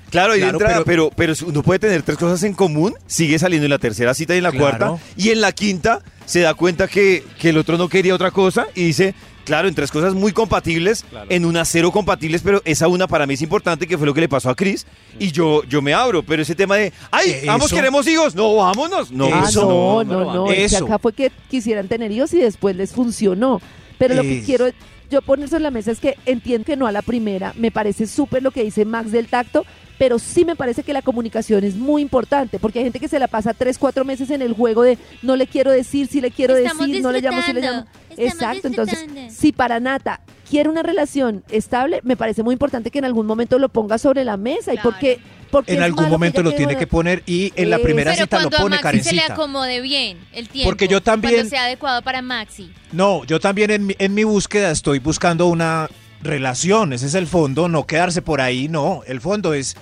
C: Claro, y de
F: Claro,
C: entrada,
F: pero-
C: pero, pero, si uno puede tener tres cosas en común, sigue saliendo en la tercera cita y en la
F: Claro.
C: cuarta, y en la quinta se da cuenta que, que el otro no quería otra cosa y dice, claro, en tres cosas muy compatibles,
E: Claro.
C: en una cero compatibles, pero esa una para mí es importante, que fue lo que le pasó a Chris, y yo, yo me abro, pero ese tema de, ay,
F: Eh,
C: ambos
F: eso.
C: queremos hijos, no, vámonos, no,
G: Ah,
F: Eso
G: no,
E: no,
G: no,
E: no,
G: no. es que
F: eso.
G: acá fue que quisieran tener hijos y después les funcionó. Pero lo que
F: Es-
G: quiero yo poner sobre la mesa es que entiendo que no a la primera. Me parece súper lo que dice Max del tacto, pero sí me parece que la comunicación es muy importante, porque hay gente que se la pasa tres, cuatro meses en el juego de no le quiero decir, si le quiero decir, no le llamo, si le llamo. Exacto, entonces, si para Nata quiere una relación estable, me parece muy importante que en algún momento lo ponga sobre la mesa y
D: Claro.
G: porque... porque
F: En
G: es
F: algún
G: malo
F: momento lo
G: ella quede
F: tiene
G: con-
F: que poner y en
G: Eh,
F: la primera
D: Pero
F: cita lo
D: cuando
F: pone
D: a Maxi se le
F: Karencita.
D: acomode bien el tiempo.
F: Porque yo también-
D: Cuando sea adecuado para Maxi.
F: No, yo también en mi, en mi búsqueda estoy buscando una relación, ese es el fondo, no quedarse por ahí, no, el fondo es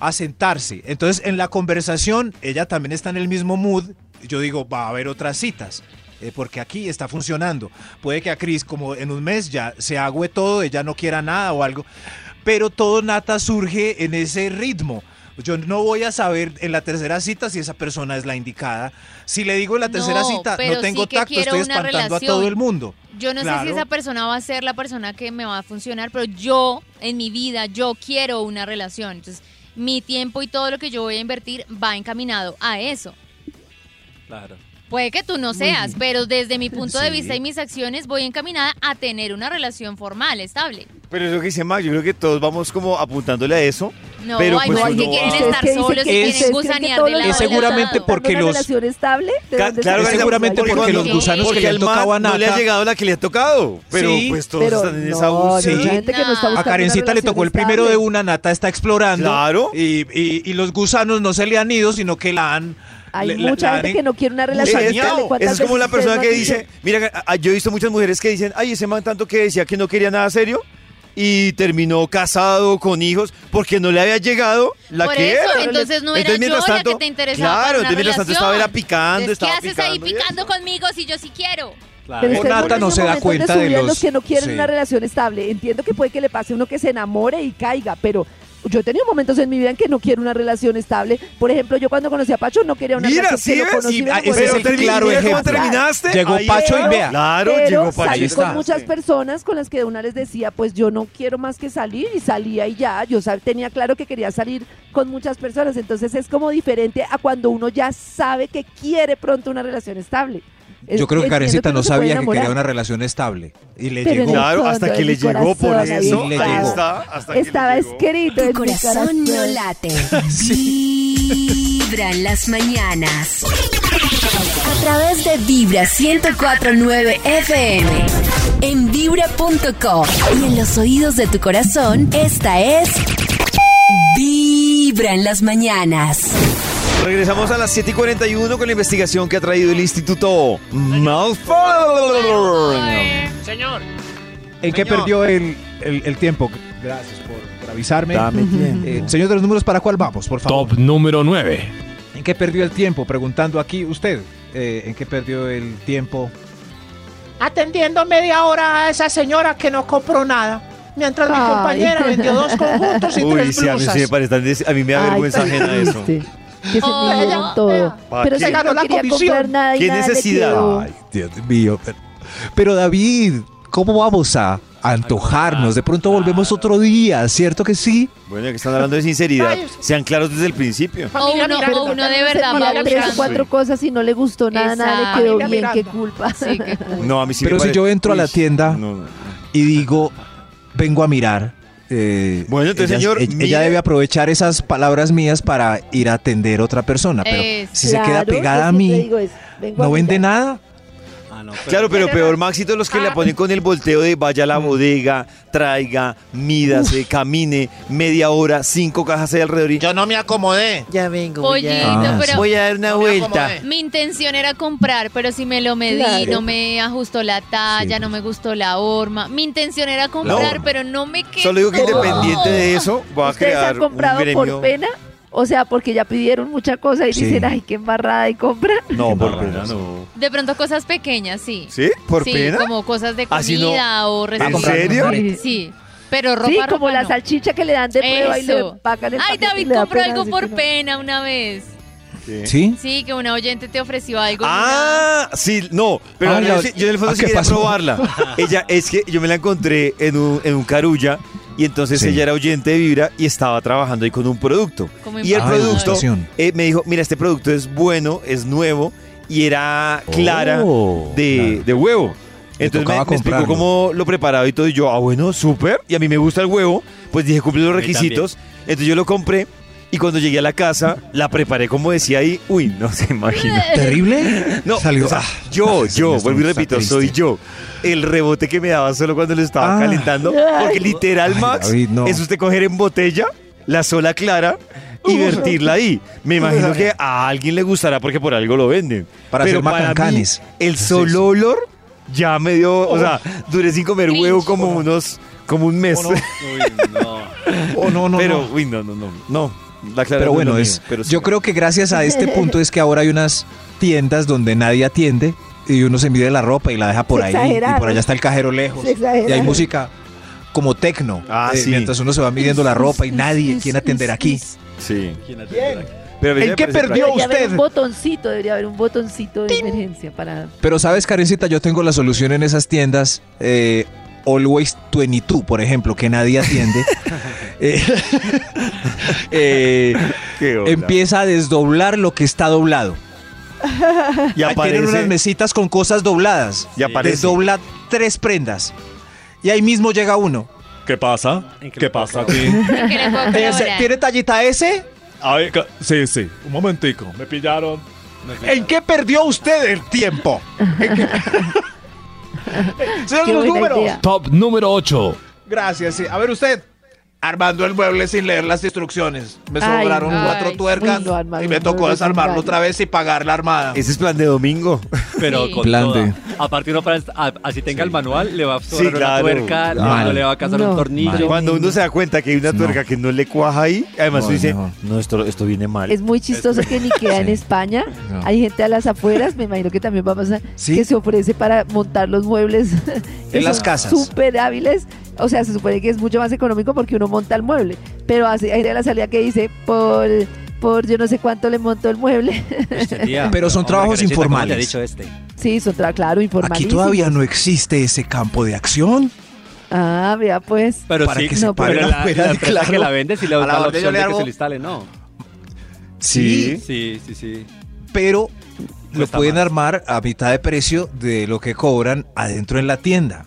F: asentarse. Entonces, en la conversación, ella también está en el mismo mood, yo digo, va a haber otras citas. eh, porque aquí está funcionando. Puede que a Cris, como en un mes, ya se agüe todo, ella no quiera nada o algo. Pero todo nata surge en ese ritmo. Yo no voy a saber en la tercera cita si esa persona es la indicada. Si le digo en la tercera
D: No,
F: cita,
D: pero
F: no tengo
D: sí que
F: tacto,
D: quiero
F: estoy
D: una
F: espantando
D: relación.
F: a todo el mundo.
D: Yo no sé
F: Claro.
D: si esa persona va a ser la persona que me va a funcionar, pero yo, en mi vida, yo quiero una relación. Entonces, mi tiempo y todo lo que yo voy a invertir va encaminado a eso.
E: Claro.
D: Puede que tú no seas, pero desde mi punto de vista y mis acciones voy encaminada a tener una relación formal, estable.
C: Pero eso que dice Max, yo creo que todos vamos como apuntándole a eso.
D: No,
C: Pero,
D: hay
C: pues,
D: unos que
C: uno-
D: quieren
G: ¿Ustedes
D: estar
G: qué dicen
D: solos, que
G: que- ustedes
D: quieren
G: creen que
D: gusanear
G: todos
D: de
G: los
D: lado.
F: Es seguramente
D: a
F: por-
D: lado.
F: porque
G: una
F: los-
G: relación estable? ¿De
C: Ca-
G: dónde
C: claro,
G: sale?
F: Es seguramente
D: porque
F: porque
D: cuando-
F: los gusanos que
C: porque
F: le han
C: al man
F: tocado a
C: no le ha
F: Nata-
C: llegado la que le ha tocado. Pero
F: Sí.
C: pues todos
G: Pero
C: están en esa
G: no, no,
C: búsqueda.
F: Sí.
G: hay gente que no está
D: A
F: A
G: buscando
F: Karencita
G: una
F: le tocó el
G: relación
F: primero de
G: estable.
F: una, Nata está explorando.
C: Claro.
F: Y, y- y los gusanos no se le han ido, sino que la han.
G: Hay
F: le- la-
G: mucha
F: la
G: gente
F: han-
G: que no quiere una
C: Es,
G: relación
C: es-
G: estable. ¿Cuántas
C: es como
G: veces
C: la persona que
G: ustedes no han
C: dice,
G: dicho?
C: mira, a- a- yo he visto muchas mujeres que dicen, ay, ese man tanto que decía que no quería nada serio y terminó casado con hijos porque no le había llegado la
D: Por
C: que
D: eso,
C: era.
D: entonces no era yo la que te interesaba para
C: Claro,
D: una
C: entonces mientras tanto
D: relación.
C: estaba era picando,
D: Entonces, ¿Qué
C: estaba
D: haces ahí
C: picando y eso.
D: picando conmigo si yo sí quiero?
E: Claro.
G: Pero
F: O
G: ustedes
F: Nata
G: ponen
F: no
G: esos
F: se da
G: momentos
F: cuenta de
G: su vida en
F: los-
G: que no quieren
F: sí.
G: una relación estable. Entiendo que puede que le pase a uno que se enamore y caiga, pero yo he tenido momentos en mi vida en que no quiero una relación estable. Por ejemplo, yo cuando conocí a Pacho no quería una
C: Mira,
G: relación
C: ¿sí
G: que lo
C: ves?
G: conocí
F: Sí,
G: me
F: ah, ese
G: enamoré.
F: es el
C: termi-
F: claro
C: mira cómo
F: ejemplo.
C: terminaste.
F: Llegó
C: Ahí
F: Pacho y
C: está.
F: vea.
C: Claro,
G: pero
C: llegó Pacho.
F: Ahí
G: salí
F: está.
G: con muchas personas con las que una les decía, pues yo no quiero más que salir y salía y ya, yo sab- tenía claro que quería salir con muchas personas, entonces es como diferente a cuando uno ya sabe que quiere pronto una relación estable. Es-
F: Yo creo que
G: entiendo
F: Karencita
G: uno
F: no
G: se puede
F: sabía que quería una
G: enamorar.
F: relación estable. Y le
G: Pero en
F: llegó.
G: el
C: Claro,
G: fondo
C: hasta
G: de
C: que
G: mi
C: le llegó por
G: corazón, ahí
C: eso. Ahí
F: estaba.
C: está. hasta que le
G: Estaba
C: llegó.
G: escrito
B: Tu
G: en mi
B: corazón no
G: corazón.
B: late. Vibra en las mañanas. A través de Vibra 1049 FM. En vibra.com. Y en los oídos de tu corazón, esta es. Vibra en las mañanas.
C: Regresamos a las 7 y 41 con la investigación que ha traído el Instituto Malfoy.
A: Señor,
F: ¿En qué
C: Señor.
F: perdió el, el- el tiempo? Gracias por, por avisarme.
C: Dame tiempo.
F: Eh, señor de los números, ¿para cuál vamos, por favor?
H: Top número 9.
F: ¿En qué perdió el tiempo? Preguntando aquí usted, eh, ¿en qué perdió el tiempo?
A: atendiendo media hora a esa señora que no compró nada. Mientras mi
G: Ay.
A: compañera vendió dos conjuntos y
C: Uy,
A: tres
C: sí, a mí,
A: blusas.
C: sí me parece tan des- a mí me da
G: Ay,
C: vergüenza
G: qué
C: ajena eso.
G: triste, Que se
D: Oh,
G: midieron
D: vea,
G: todo.
D: vea.
C: ¿Para
G: Pero
C: qué?
G: se ganó
A: Ganó
G: la
A: la
G: quería
A: comisión.
G: comprar nada y
C: ¿Qué
G: nada le
C: necesidad?
G: quedó.
F: Ay, Dios mío. Pero, pero, David, ¿cómo vamos a antojarnos? De pronto volvemos otro día, ¿cierto que sí?
C: Bueno, ya que están hablando de sinceridad,
A: Ay,
C: sean claros desde el principio.
D: O
A: Familia
D: uno,
A: Miranda.
D: o uno de
G: Se
D: verdad
G: mira
D: va
A: Familia
G: tres o
D: buscando.
G: cuatro cosas y no le gustó nada, nada le
D: Exacto.
G: quedó
A: Mira,
G: bien, qué
A: Miranda.
G: culpa.
D: Sí, qué cool.
C: No, a mí sí me
F: Pero si
C: parece-
F: yo entro a la
C: Uy,
F: tienda-
C: no, no.
F: Y digo, vengo a mirar. eh,
C: Bueno, entonces,
F: ella,
C: señor,
F: ella- ella
C: mire.
F: debe aprovechar esas palabras mías para ir a atender a otra persona. Pero
D: Eso.
F: si se queda
G: Claro,
F: pegada a
G: yo siempre
F: mí,
G: digo eso, vengo a
F: no vende
G: mirar.
F: nada.
C: Claro, pero peor, Maxito, los que la ponen con el volteo de vaya a la
F: Mm.
C: bodega, traiga, mídase, camine, media hora, cinco cajas ahí alrededor y...
A: Yo no me acomodé.
I: Ya vengo.
D: Pollito,
F: Ah,
D: pero
C: Voy a dar una
A: No me
C: vuelta.
A: acomodé.
D: mi intención era comprar, pero si me lo medí,
G: Claro.
D: no me ajustó la talla,
F: Sí.
D: no me gustó la horma. Mi intención era comprar,
C: horma.
D: pero no me quedó.
C: Solo digo que independiente de eso, va a
G: ¿Ustedes
C: crear
G: han
C: un
G: comprado por
C: gremio...
G: pena? O sea, porque ya pidieron mucha cosa y
F: Sí.
G: dicen, ay, qué embarrada y compran.
C: No, por
F: No,
C: pena
F: no.
C: no.
D: De pronto cosas pequeñas, sí.
C: ¿Sí? ¿Por
D: sí,
C: pena?
D: como cosas de comida
C: Así no.
D: o
C: ¿En
D: restaurantes.
C: serio?
G: Sí.
D: Sí, pero ropa,
G: sí,
D: ropa
G: como la
D: no.
G: salchicha que le dan de prueba y le
D: Eso.
G: empacan el
D: Ay,
G: paquete y
D: David
G: le da
D: compró
G: pena
D: algo
G: decir
D: por
G: que no.
D: pena una vez.
C: ¿Eh?
F: ¿Sí?
D: Sí, que una oyente te ofreció algo. y
C: Ah, sí, no, pero
F: Ah,
C: yo,
F: la-
C: sí- yo en el fondo
F: ¿Ah,
C: sí
F: qué
C: quería
F: pasó?
C: probarla. Ella, es que yo me la encontré en un, en un carulla y entonces
F: Sí.
C: ella era oyente de Vibra y estaba trabajando ahí con un producto.
D: Como
C: Y el
D: Ah,
C: producto
F: degustación.
C: eh, me dijo, mira, este producto es bueno, es nuevo y era clara
F: Oh,
C: de,
F: claro.
C: de huevo.
F: Le
C: Entonces me,
F: tocaba
C: me explicó
F: comprarlo.
C: cómo lo preparaba y todo y yo, ah, bueno, súper. Y a mí me gusta el huevo, pues dije, cumple los requisitos. Entonces yo lo compré y cuando llegué a la casa, la preparé como decía ahí. Uy, no se imagina.
F: ¿Terrible?
C: No,
F: Salió.
C: o sea,
F: ah,
C: yo,
F: ese
C: yo,
F: señor
C: vuelvo y
F: está
C: repito,
F: triste.
C: soy yo. El rebote que me daba solo cuando lo estaba
F: Ah.
C: calentando. Porque literal,
F: Ay,
C: Max,
F: David, no.
C: es usted coger en botella la sola clara y vertirla ahí. Me imagino que a alguien le gustará porque por algo lo venden.
F: Para
C: Pero
F: hacer
C: para mí,
F: macancanes.
C: el
F: Sí,
C: solo
F: sí.
C: olor ya me dio, o sea, duré sin comer
D: Cringe.
C: huevo como unos, como un mes.
F: Oh, no, no,
C: Pero,
F: no.
C: uy, no, no, no, no. La clara
F: Pero
C: no
F: bueno,
C: lo
F: es,
C: mío, pero sí.
F: yo creo que gracias a este punto es que ahora hay unas tiendas donde nadie atiende y uno se mide la ropa y la deja por
G: Se
F: ahí. Y por
G: exageraron.
F: allá está el cajero lejos.
G: Se
F: Y hay
G: exageraron.
F: música como tecno. eh,
C: Ah, sí.
F: Mientras uno se va midiendo la ropa y nadie quiere atender aquí.
C: Sí. Pero a veces
F: ¿En
C: me
F: qué
C: parece
F: perdió?
G: Debería haber
F: usted.
G: un botoncito, debería haber un botoncito de emergencia para...
F: Pero sabes, Karencita, yo tengo la solución en esas tiendas. eh, Always 22, por ejemplo, que nadie atiende. Eh, eh,
C: Qué hola.
F: empieza a desdoblar lo que está doblado.
C: y
F: Ahí Tienen unas
C: aparece.
F: mesitas con cosas dobladas.
C: Y aparece.
F: Desdobla tres prendas. Y ahí mismo llega uno.
H: ¿Qué pasa? ¿Qué pasa aquí?
D: nada. ¿Qué le puedo
F: Ese,
D: colaborar?
F: ¿Tiene tallita S?
H: A ver, ca- sí, sí. Un momentico. Me pillaron.
F: ¿En qué perdió usted el tiempo? ¿En qué- Señor,
G: Qué
F: los
G: buena
F: números.
G: idea.
H: Top número 8.
F: Gracias, sí. A ver usted. Armando el mueble sin leer las instrucciones. Me
G: Ay,
F: sobraron
D: ay,
F: cuatro
D: sí.
F: tuercas
G: Uy, no, Armando,
F: y me
G: el
F: tocó
G: mueble es un
F: desarmarlo
G: gallo.
F: otra vez y pagar la armada.
C: Ese es plan de domingo.
J: Pero
D: Sí.
J: con
F: Plan
J: toda.
F: de-
J: Aparte uno para, a- así tenga el manual, le va a sobrar
C: Sí,
J: una
C: claro.
J: tuerca, le-
F: Mal.
J: no le va a casar
G: No.
J: un tornillo.
C: Cuando uno se da cuenta que hay una tuerca que no le cuaja ahí, además
F: No,
C: uno dice,
F: no.
C: no, esto, esto viene mal.
G: Es muy chistoso que ni queda en
F: Sí.
G: España.
F: No.
G: Hay gente a las afueras, me imagino que también va a pasar,
F: Sí.
G: que se ofrece para montar los muebles. que
F: En las
G: son
F: casas.
G: Súper hábiles. O sea, se supone que es mucho más económico porque uno monta el mueble. Pero hace- hay de la salida que dice, por, por yo no sé cuánto le monto el mueble.
E: Este
F: Pero son trabajos informales.
G: sí, son tra- claro,
F: Aquí
G: informalísimos.
F: todavía no existe ese campo de acción.
G: Ah, vea pues.
J: Pero
F: Para
J: sí,
F: que se
J: no,
F: pare
J: pero
F: la
J: la,
F: afuera,
J: la empresa
F: claro.
J: que la vende si le
F: A la
J: da la
F: orden yo
J: opción
F: le
J: de que
F: hago-
J: se lo instale, no. Sí, sí, sí.
F: pero lo
J: Cuesta
F: pueden
J: más.
F: armar a mitad de precio de lo que cobran adentro en la tienda.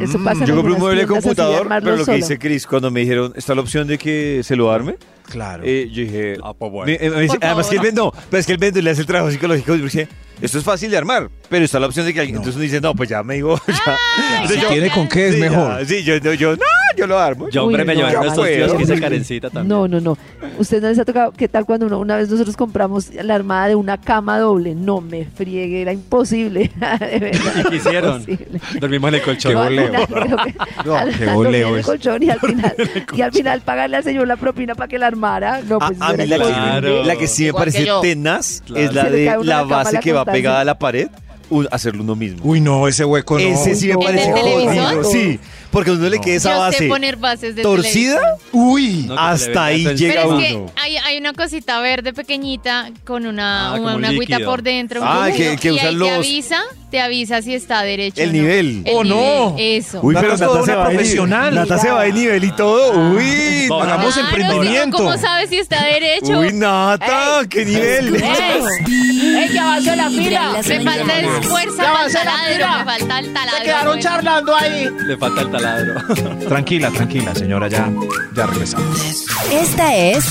G: Eso
F: Mm,
G: pasa en
C: yo compré un
G: algunas
C: mueble de
G: tiendas así de
C: computador,
G: armarlo
C: pero lo que
G: solo.
C: dice Chris, cuando me dijeron, ¿está la opción de que se lo arme?
F: Claro.
C: Eh, yo dije.
E: Ah, pues bueno.
C: me- eh, me- me dice-
D: Por
C: además
D: favor.
C: que él vende, no, pero es que él vende y le hace el trabajo psicológico. y yo dije, esto es fácil de armar, pero está la opción de que alguien. Entonces uno dice, no, pues ya me digo. Ya.
F: si
C: Entonces yo-
F: tiene con qué es
C: sí, ya,
F: mejor.
C: sí, yo, yo, yo, no, yo lo armo.
J: Yo, hombre,
G: Uy,
J: me
G: no,
J: llevaron
C: ya
J: estos
C: fue.
J: tíos que hice
G: Uy.
J: carencita también.
G: No, no, no. Usted no les ha tocado, ¿qué tal cuando uno, una vez nosotros compramos la armada de una cama doble? No me friegue, era imposible. De verdad,
J: ¿Y qué hicieron?
G: imposible.
J: Dormimos en el colchón.
G: No, al
F: voleo.
G: final creo que-
F: No,
G: al
F: qué
G: final
F: voleo
G: dormí en el
F: es.
G: colchón y al final, y al final pagarle al señor la propina para que la armara. No,
C: A,
G: pues
C: a
G: eso
C: mí
G: era
C: la que,
J: Claro.
C: Ah, la que sí me
A: Igual que
C: parece
A: yo.
C: tenaz
J: Claro.
C: es la
G: Se le
C: de
G: cae uno
C: la
G: en la cama,
C: base
G: la
C: que va
G: constancia.
C: pegada a la pared, un- hacerlo uno mismo.
F: Uy, no, ese hueco no.
C: Ese sí me
G: no.
C: parece
D: ¿En el televisor?
C: jodido. Sí, porque uno le
F: No.
C: queda esa
D: Yo sé
C: base
D: poner bases de
C: torcida. Uy,
J: No, que se le
C: hasta
J: vea
C: ahí
J: todo el-
C: llega
D: Pero
C: uno.
D: es que hay, hay una cosita verde pequeñita con una,
J: Ah,
D: una-
J: como un
D: una agüita
J: líquido.
D: por dentro. un
C: Ah,
D: líquido,
C: que- que
D: y
C: usan
D: ahí
C: los-
D: te avisa, te avisa si está derecho.
C: El
D: o no.
C: nivel.
D: El
F: ¡Oh, no!
D: nivel, Eso.
C: Uy, pero
F: Nata
C: Nata
F: es
C: se
F: una
C: va de-
F: profesional.
C: Nata se va de nivel y todo. Uy,
D: Claro,
J: Vamos.
F: Hagamos
D: si no,
F: emprendimiento.
D: ¿Cómo sabes si está derecho?
C: uy, Nata, qué nivel.
A: ¡Ey, que avanzó la
B: Vibra en
A: fila!
B: las
A: Se
D: Me falta
B: mañanas.
D: es fuerza,
A: Ya
D: para
A: va a
D: el
A: ser la
D: taladro,
A: tira.
D: me falta el taladro.
A: quedaron
D: bueno.
A: charlando ahí.
J: Le falta el taladro.
F: Tranquila, tranquila, señora, ya, ya regresamos.
B: Esta es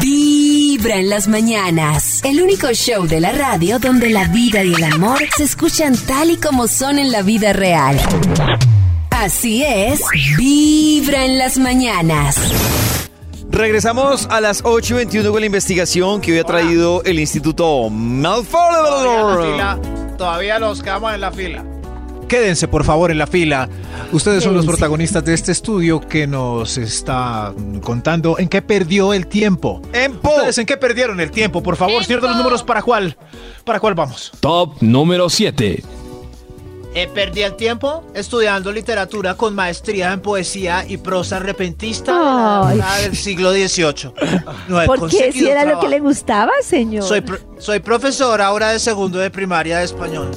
B: Vibra en las mañanas, el único show de la radio donde la vida y el amor se escuchan tal y como son en la vida real. Así es, Vibra en las mañanas.
C: Regresamos a las 8.21 con la investigación que hoy ha traído el Instituto
A: Todavía
C: Malfoy.
A: la fila, Todavía los quedamos en la fila.
F: Quédense, por favor, en la fila. Ustedes son los
B: Quédense.
F: protagonistas de este estudio que nos está mm, contando en qué perdió el tiempo.
C: En po.
F: ¿Ustedes en qué perdieron el tiempo? Por favor,
D: Tiempo.
F: cierren los números para cuál. ¿Para cuál vamos?
I: Top número 7.
A: Eh, perdí el tiempo estudiando literatura con maestría en poesía y prosa repentista de la
G: Ay.
A: década del siglo XVIII. No he
G: ¿Por qué? Si
A: conseguido
G: era lo
A: trabajo.
G: que le gustaba, señor.
A: Soy, pro- soy profesor ahora de segundo de primaria de español.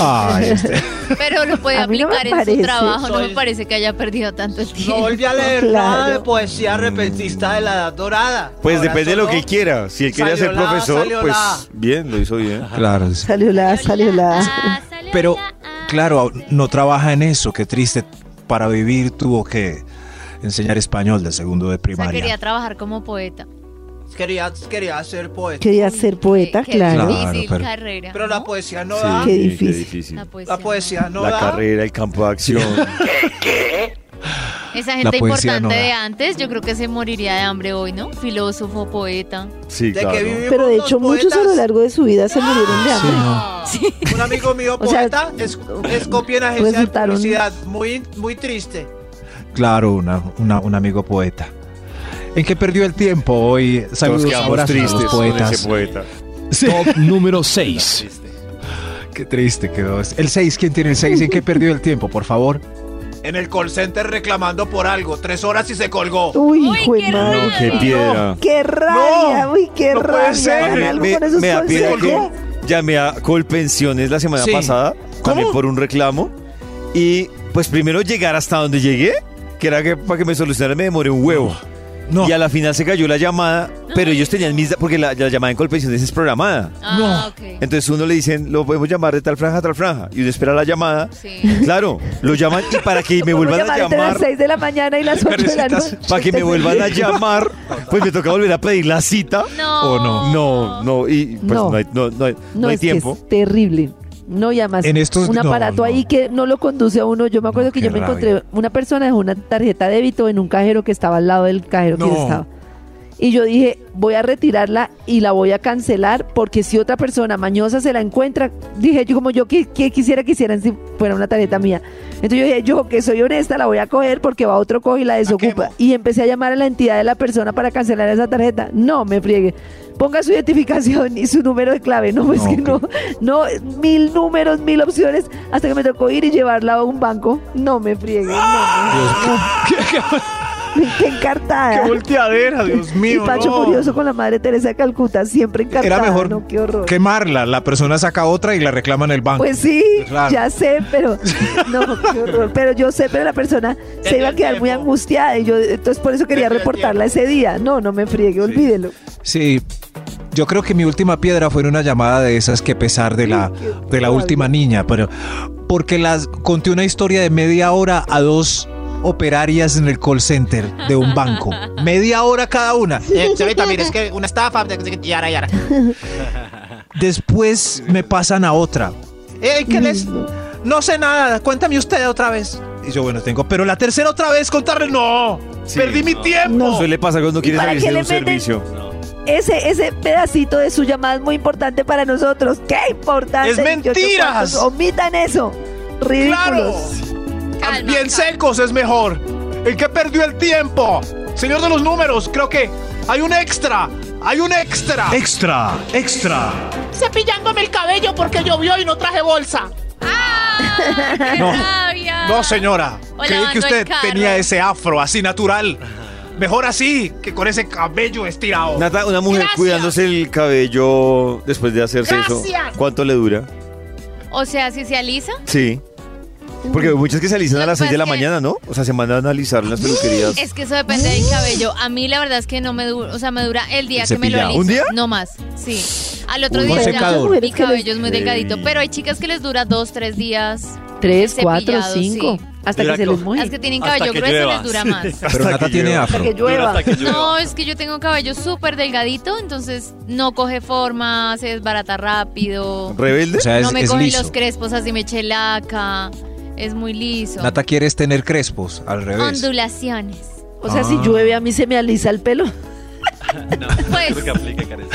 F: Ay, este.
D: Pero lo puede
G: A mí no me
D: aplicar en
G: parece.
D: su trabajo. No me
A: Soy-
D: parece que haya perdido tanto el
A: No
D: tiempo.
A: volví a leer
G: Claro.
A: nada de poesía repentista de la edad dorada.
C: Pues
A: Ahora
C: depende de lo
A: solo-
C: que quiera. Si él quería
A: Salió
C: ser
A: la,
C: profesor,
A: salió
C: pues
A: la.
C: bien, lo hizo bien.
F: Claro.
G: Salió la, salió la.
D: Ah, salió
F: Pero,
D: la- ah.
F: claro, no trabaja en eso. Qué triste. Para vivir tuvo que enseñar español de segundo de
D: O sea, quería
F: primaria.
D: trabajar como poeta.
A: Quería, quería ser poeta.
G: Quería ser poeta,
D: Qué- qué
G: claro.
D: difícil
F: Claro, pero-
D: carrera.
A: Pero la
D: ¿no?
A: poesía no
C: Sí,
A: da.
G: Qué
C: sí,
G: difícil.
D: La poesía.
A: La poesía no
C: La
A: da.
C: carrera, el campo de acción.
D: Esa gente
F: poesía
D: importante
F: no da.
D: de antes, yo creo que se moriría de hambre hoy, ¿no? Filósofo, poeta.
C: Sí,
A: De que
C: claro.
A: vivimos
G: Pero de
A: los
G: hecho, muchos a lo
A: poetas.
G: largo de su vida se murieron de hambre.
A: Un amigo mío
G: O sea,
A: poeta es, es copia en agencia de
G: resultaron-
A: publicidad. Muy, muy triste.
F: Claro, una, una- un amigo poeta. ¿En qué perdió el tiempo hoy?
C: Todos
F: Saludos
C: quedamos
F: abrazos a los
C: tristes con ese
F: poetas.
C: poeta.
F: Sí.
I: Top número 6.
F: Qué triste quedó. este. El 6, ¿quién tiene el 6? ¿En qué perdió el tiempo, por favor?
A: En el call center reclamando por algo. Tres horas y se colgó.
G: Uy,
D: Uy,
G: hijo de
D: qué
G: madre.
C: Qué piedra.
G: Qué rabia, uy, qué
F: no puede
G: rabia.
F: ser.
G: Hagan algo
C: Me,
G: con esos
C: me da
G: call
C: pena
G: centers.
C: que llamé a Colpensiones la semana
F: Sí.
C: pasada, también por un reclamo. Y pues primero llegar hasta donde llegué, que era que, para que me solucionaran, me demoré un huevo.
F: No.
C: Y a la final se cayó la llamada, pero ellos tenían mis... da- Porque la, la llamada en Colpensiones es programada.
D: Ah, ok.
C: Entonces uno le dicen, lo podemos llamar de tal franja a tal franja. Y uno espera la llamada.
D: Sí.
C: Claro, lo llaman y para que me
G: Uno
C: vuelvan a
G: llamar entre las
C: llamar...
G: 6 de la mañana y las 8 de la noche.
C: Para que me vuelvan a llamar, pues me toca volver a pedir la cita.
D: No.
C: ¿O no? No, no, y pues no,
G: No.
C: hay, no, no hay- no
G: No,
C: hay
G: es que
C: tiempo.
G: es terrible. No, y además,
F: En estos-
G: un
F: no,
G: aparato
F: no.
G: ahí que no lo conduce a uno. Yo me acuerdo
F: No,
G: que
F: qué
G: yo me
F: rabia.
G: encontré una persona dejó una tarjeta de débito en un cajero que estaba al lado del cajero que yo
F: No.
G: estaba. Y yo dije, voy a retirarla y la voy a cancelar porque si otra persona mañosa se la encuentra, dije yo como yo que, que quisiera que hicieran si fuera una tarjeta mía. Entonces yo dije, yo que soy honesta, la voy a coger porque va otro coge y la desocupa.
A: quemo.
G: Y empecé a llamar a la entidad de la persona para cancelar esa tarjeta. No, me friegue. Ponga su identificación y su número de clave. No, pues
F: No,
G: que
F: qué
G: no, no, mil números, mil opciones, hasta que me tocó ir y llevarla a un banco. No me friegue. No, no. qué encartada.
F: volteadera, Dios
G: Y Pacho Furioso con la madre Teresa de Calcuta, siempre encartada.
F: Era mejor
G: ¿no? Qué horror.
F: quemarla. La persona saca otra y la reclama en el banco.
G: Pues sí,
F: Claro.
G: ya sé, pero no, qué horror. Pero yo sé, pero la persona se
A: Perdió
G: iba a
A: el
G: quedar
A: tiempo.
G: muy angustiada y yo entonces por eso quería
A: Perdió el
G: reportarla ese día. No, no me friegue, olvídelo.
F: Sí, yo creo que mi última piedra fue en una llamada de esas que pesar de la, de la última niña, pero porque las conté una historia de media hora a dos operarias en el call center de un banco. Media hora cada una.
A: Eh, señorita, mire, es que una estafa. de- de- Yara, yara.
F: Después me pasan a otra. Eh, ¿Qué les? No sé nada, cuéntame usted otra vez. Y yo, bueno, tengo, pero la tercera otra vez, contarle, no, perdí mi tiempo.
C: Suele pasar cuando quieres
G: para
C: salirse de
G: qué le
C: un
G: meten?
C: servicio.
G: Ese, ese pedacito de su llamada es muy importante para nosotros. ¡Qué importante!
F: ¡Es
G: 18
F: mentiras!
G: cuartos. Omitan eso.
F: Claro.
G: Ridículos.
D: Calma,
F: Bien
D: calma.
F: secos es mejor. ¿En qué perdió el tiempo? Señor de los números, creo que hay un extra. Hay un extra.
H: Extra, extra.
A: Cepillándome el cabello porque llovió y no traje bolsa.
D: ¡Ah! ¡Qué
F: No.
D: rabia!
F: No, señora.
D: O
F: Creí que
D: lavando el
F: usted
D: carro.
F: tenía ese afro así natural. Mejor así que con ese cabello estirado.
C: Nata, una mujer
A: Gracias.
C: cuidándose el cabello después de hacerse
A: Gracias.
C: eso, ¿cuánto le dura?
D: O sea, si se alisa,
C: Sí. Porque hay muchas que se alistan
D: Lo
C: a
D: que
C: las 6 de
D: pasa
C: la
D: es
G: Pues
D: que-
C: mañana, ¿no? O sea, se mandan a alisar en las peluquerías.
D: es que eso depende
G: Mm.
D: del cabello. A mí la verdad es que no me dura, o sea, me dura el día
C: ¿El
D: que me lo
C: cepillado?
D: aliso.
C: ¿Un día?
D: No más, sí. Al otro
F: Un
D: día
F: secador.
D: ya mi
G: Mujeres que les-
D: cabello es muy delgadito, pero hay chicas que les dura dos, tres días.
G: Tres, cuatro,
D: Cepillado,
G: cinco.
D: sí.
G: Hasta
J: Mira
G: que se
J: que-
G: les
D: Las
G: mueve.
D: que tienen
J: Hasta
D: cabello
J: que
D: grueso
J: llueva.
D: les dura
J: Sí.
D: más.
F: Pero Nata tiene
G: Hasta
F: afro.
G: que llueva.
D: No, es que yo tengo cabello súper delgadito, entonces no coge forma, se desbarata rápido.
C: ¿Rebelde?
F: sea,
D: no me cogen los crespos, así me chelaca. Es muy liso.
F: Nata quieres tener crespos al revés.
D: Ondulaciones.
G: O sea, si llueve a mí se me alisa el pelo.
D: Pues,
J: que aplica, Karen.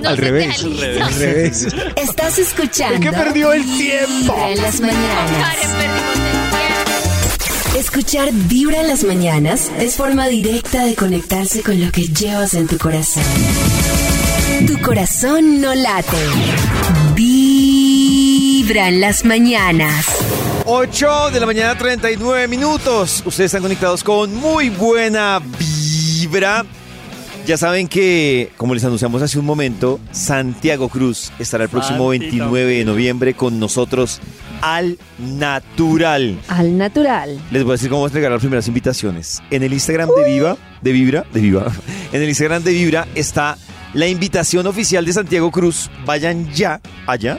D: no se te
F: revés.
D: alisa.
F: Al revés.
B: Estás escuchando.
F: ¿En qué perdió el tiempo?
B: Vibra en las
D: Karen,
B: mañanas.
D: perdimos el tiempo.
B: Escuchar Vibra en las mañanas es forma directa de conectarse con lo que llevas en tu corazón. Tu corazón no late. Vibra en las mañanas.
C: 8 de la mañana, 39 minutos. Ustedes están conectados con muy buena vibra. Ya saben que, como les anunciamos hace un momento, Santiago Cruz estará el próximo
J: Santita.
C: 29 de noviembre con nosotros al natural.
G: Al natural.
C: Les voy a decir cómo entregar las primeras invitaciones. En el Instagram de Viva, de Vibra, de Viva. En el Instagram de Vibra está la invitación oficial de Santiago Cruz. Vayan ya allá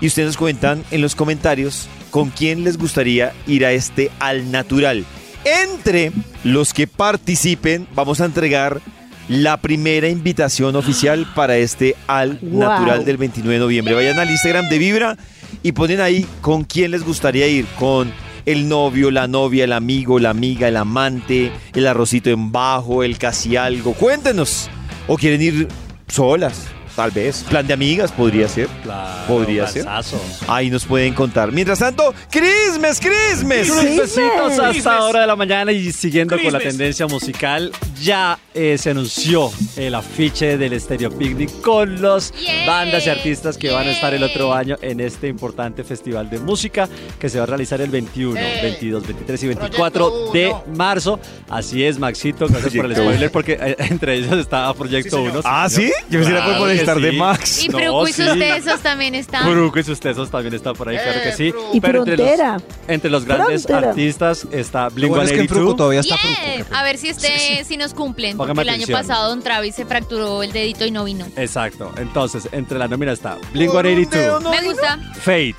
C: y ustedes nos cuentan en los comentarios con quién les gustaría ir a este al natural. Entre los que participen, vamos a entregar la primera invitación oficial para este al
G: Wow.
C: natural del 29 de noviembre. Vayan al Instagram de Vibra y ponen ahí con quién les gustaría ir, con el novio, la novia, el amigo, la amiga, el amante, el arrocito en bajo, el casi algo. Cuéntenos. O quieren ir solas, tal vez. Plan de amigas podría ser.
J: Claro,
C: Podría ser.
J: lanzazo.
C: Ahí nos pueden contar. Mientras tanto, Crismes, Crismes.
J: Besitos hasta
H: Christmas.
J: ahora de la mañana y siguiendo con la
H: Christmas.
J: tendencia musical, ya eh, se anunció el afiche del Stereo Picnic con los
D: Yay,
J: bandas y artistas que van a estar el
D: yay.
J: otro año en este importante festival de música que se va a realizar el 21,
A: Eh,
J: 22, 23 y 24 de
A: Proyecto
J: marzo. Así es, Maxito, gracias por el
C: Proyecto uno.
J: spoiler porque eh, entre ellos está Proyecto 1.
C: Ah, ¿sí? Yo pensé que era por
J: Claro que
C: molestar de
J: sí.
C: Max.
D: Y
J: No,
D: Fruco y sus
J: sí.
D: besos también están.
J: Bruco y sus tesos también está por ahí, claro que sí.
A: Eh, Bru.
G: Y
J: entre los-
G: frontera.
J: entre los grandes
G: Frontera.
J: artistas está
F: Lo
J: Blink
F: bueno es que en
J: 182.
F: Fruco todavía está
D: Yeah.
F: Fruco.
D: A ver si este si nos cumplen, porque
J: Póngame
D: el año
J: atención.
D: pasado Don Travis se fracturó el dedito y no vino.
J: Exacto. Entonces, entre la nómina está Blink 182,
D: Me gusta.
J: Fate,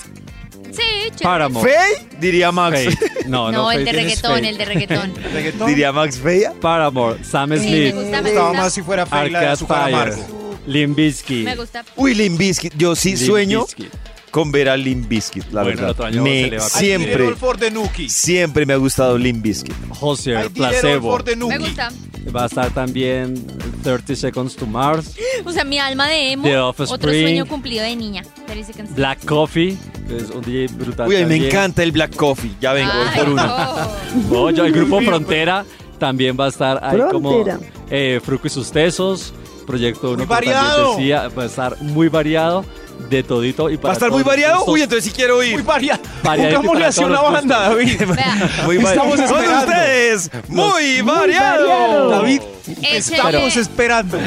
D: Sí, chévere.
J: Paramore.
C: ¿Fey? Diría Max.
J: Fate. Ah, No,
D: No,
J: no,
D: el
J: Fate
D: de
J: es
D: reggaetón,
J: Fate.
D: el de reggaetón.
C: Diría Max Feya.
J: Paramore, Sam
D: Sí, me
J: Smith,
D: gusta, me
F: Gustaba
D: gusta.
F: más si fuera Fey la de
J: Arcade
F: azúcar
J: Fire,
F: amargo.
J: Limbisky.
D: Me gusta.
C: Uy, Limbiskit. Yo sí sueño con ver a Limbiskit, la
J: Bueno, el
C: verdad.
J: otro año se
C: Me,
J: le va a
F: Ay, Little
C: siempre,
F: Old Ford de Nuki.
C: siempre me ha gustado Limbiskit.
F: Ay,
J: Hosier,
F: Little Old
J: Placebo.
F: Ford de Nuki.
D: Me gusta.
J: Va a estar también 30 Seconds to Mars,
D: O sea, mi alma de emo.
J: The Offspring.
D: Otro sueño cumplido de niña. Pero dice que-
J: Black Coffee, que es un DJ brutal.
C: Uy, a mí me
J: también.
C: encanta el Black Coffee. Ya vengo, voy
J: Ah,
D: Ay,
C: por uno.
D: no.
J: No, yo, el grupo Frontera también va a estar ahí
G: Frontera.
J: como eh, Fruco y sus tesos, Proyecto 1
F: variado.
J: decía, va a estar muy variado de todito y
C: ¿Va
J: para
C: a estar
J: todos
C: muy
J: los
C: variado?
J: gustos.
C: Uy, entonces sí quiero ir.
F: Muy variado.
J: Variadito y
F: Pongámosle
J: para
F: así
J: todos
F: una
J: los
F: banda, David.
D: Vea,
C: Muy
F: Estamos
C: variado. Con
F: esperando.
C: ustedes, muy variado.
G: variado.
F: David,
D: échenle-
F: estamos esperando.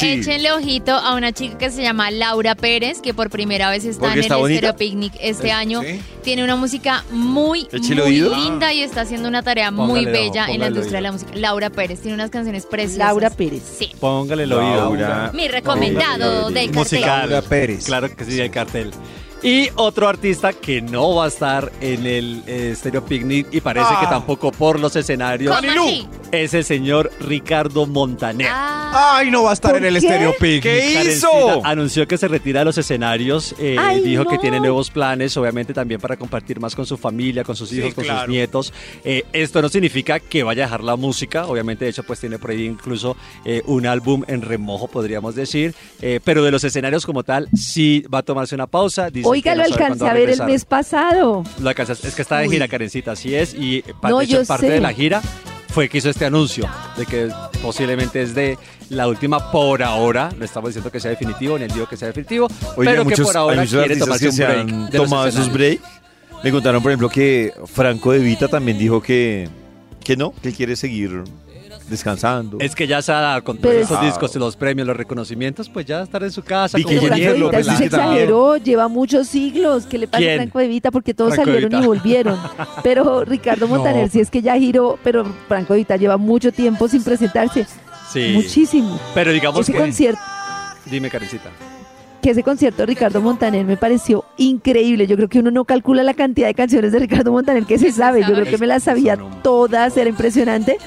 D: Échenle ojito a una chica que se llama Laura Pérez, que por primera vez está
C: Porque
D: en
C: está
D: el
C: bonita.
D: Estero Picnic este año.
F: sí.
D: Tiene una música muy,
C: Échele
D: muy
C: oído.
D: linda y está haciendo una tarea muy
J: Póngale ojo,
D: bella en
J: póngale
D: la industria de
J: oído.
D: la música. Laura Pérez tiene unas canciones preciosas.
G: Laura Pérez.
D: Sí.
J: Póngale el
C: Laura.
J: oído.
D: Mi recomendado de cartel.
J: Musical.
F: Laura Pérez.
J: Claro que sí, el cartel. Y otro artista que no va a estar en el eh, Stereo Picnic y parece que tampoco por los escenarios
D: Ah. ¿Cómo así?
J: es el señor Ricardo Montaner.
D: Ah,
F: Ay, no va a estar
G: ¿Por
F: en el
G: qué?
F: Stereo Picnic.
C: ¿Qué
J: Karencita
C: hizo?
J: Anunció que se retira de los escenarios. eh,
G: Ay,
J: dijo que
G: no.
J: tiene nuevos planes, obviamente también para compartir más con su familia, con sus
F: Sí,
J: hijos, con sus
F: claro.
J: nietos. Eh, esto no significa que vaya a dejar la música. Obviamente, de hecho, pues tiene por ahí incluso eh, un álbum en remojo, podríamos decir. Eh, pero de los escenarios como tal, sí va a tomarse una pausa. Dice
G: Oiga,
J: que
G: lo
J: no sabe cuándo
G: alcancé
J: va
G: a ver el
J: regresar.
G: mes pasado.
J: Lo alcanzaste. Es que está de gira, Karencita, así es. Y pa-
G: No,
J: de hecho,
G: yo
J: parte
G: sé.
J: de la gira fue que hizo este anuncio de que posiblemente es de la última por ahora. No estamos diciendo que sea definitivo, ni el digo que sea definitivo,
C: Oiga,
J: pero que
C: muchos-
J: por
C: hay
J: ahora
C: muchos
J: quiere
C: artistas
J: tomarse
C: que
J: un
C: se
J: break.
C: han
J: de los
C: tomado esos
J: escenarios.
C: break. Me contaron, por ejemplo, que Franco De Vita también dijo que, que no, que él quiere seguir descansando.
J: Es que ya se ha dado con todos
G: Pero es-
J: esos discos, los premios, los reconocimientos, pues ya estar en su casa.
C: Vicky
G: Pero
J: como
C: Jennifer
J: comiendo,
G: Franco Evita
C: López,
G: sí se
C: que también.
G: exageró, lleva muchos siglos. ¿Qué le pasa
J: ¿Quién?
G: a Franco Evita? Porque todos
J: Franco
G: salieron
J: Evita.
G: y volvieron. Pero Ricardo Montaner, si es que ya giró, pero Franco Evita lleva mucho tiempo sin presentarse.
J: Sí.
G: Muchísimo.
J: Pero digamos
G: Ese
J: que.
G: concierto,
J: Dime, Karencita.
G: que ese concierto de Ricardo Montaner me pareció increíble. Yo creo que uno no calcula la cantidad de canciones de Ricardo Montaner que se sabe. Yo creo que me las sabía todas, era impresionante.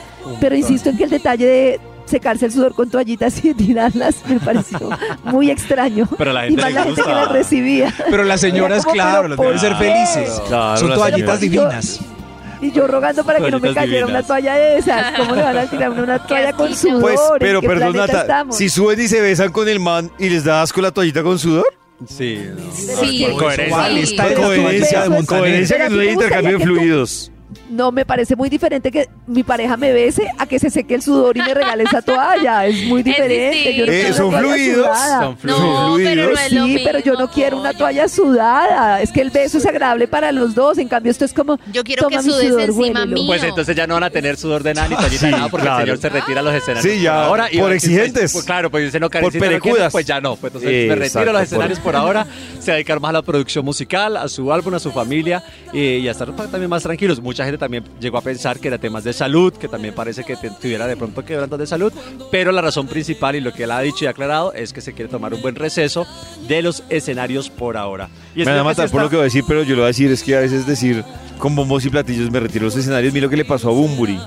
G: Pero insisto en que el detalle de secarse el sudor con toallitas y tirarlas me pareció muy extraño.
J: Pero a la
G: Y
J: gente
G: más
J: le
G: la gente que
J: gusta.
G: las recibía.
F: Pero las señoras,
G: ¿cómo,
F: claro,
G: pero
F: las deben
G: por
F: ser
G: qué?
F: felices.
C: Claro,
F: Son
C: las
F: toallitas
C: señoras.
F: divinas.
G: Y yo rogando para que no me
J: Toallitas
G: cayera una
J: divinas.
G: toalla de esas. ¿Cómo le van a tirar una toalla con
D: asquito.
G: sudor?
C: Pues, pero
G: ¿En qué
C: perdón,
G: planeta
C: Nata,
G: estamos?
C: si suben y se besan con el man y les da asco la toallita con sudor.
J: Sí. no.
D: sí.
F: coherencia. ¿Cuál
D: Sí.
F: está Pero coherencia de
G: eso es-
F: Montaner.
C: Coherencia
G: Pero
C: que
G: a ti
C: no hay
G: te gustaría
C: intercambio de
G: que tú-
C: fluidos.
G: No, me parece muy diferente que mi pareja me bese a que se seque el sudor y me regale esa toalla. Es muy
D: Es
G: diferente. Yo
D: distinto.
G: no quiero
D: Eh,
G: una
C: son
G: toalla
C: fluidos,
G: sudada.
C: son
D: No, pero no es lo
G: Sí,
D: mismo,
G: pero yo no quiero una
D: pollo.
G: toalla sudada. Es que el beso es agradable para los dos. En cambio, esto es como.
D: Yo quiero que
G: toma mi
D: sudes
G: sudor,
D: encima
G: huélelo.
D: mío.
J: Pues entonces ya no van a tener sudor de nada ni toallita de nada porque
C: claro.
J: el señor se retira a los escenarios.
C: Sí, ya,
J: y
C: por
J: va a decir,
C: exigentes.
J: pues, claro, pues dice no, Karencita,
C: Por
J: no quiero,
C: perecudas.
J: pues ya no. Pues entonces me retiro a
C: Exacto,
J: los escenarios por... ahora. Se va a dedicar más a la producción musical, a su álbum, a su familia eh, y a estar pa- también más tranquilos. Mucha gente también llegó a pensar que era temas de salud, que también parece que te- tuviera de pronto quebrantos de salud. Pero la razón principal y lo que él ha dicho y aclarado es que se quiere tomar un buen receso de los escenarios por ahora. Y
C: Me van a
J: espero que
C: matar
J: sí
C: por lo
J: está-
C: que voy a decir, pero yo lo voy a decir es que a veces decir con bombos y platillos me retiro de los escenarios. Mira lo que le pasó a Bumburi,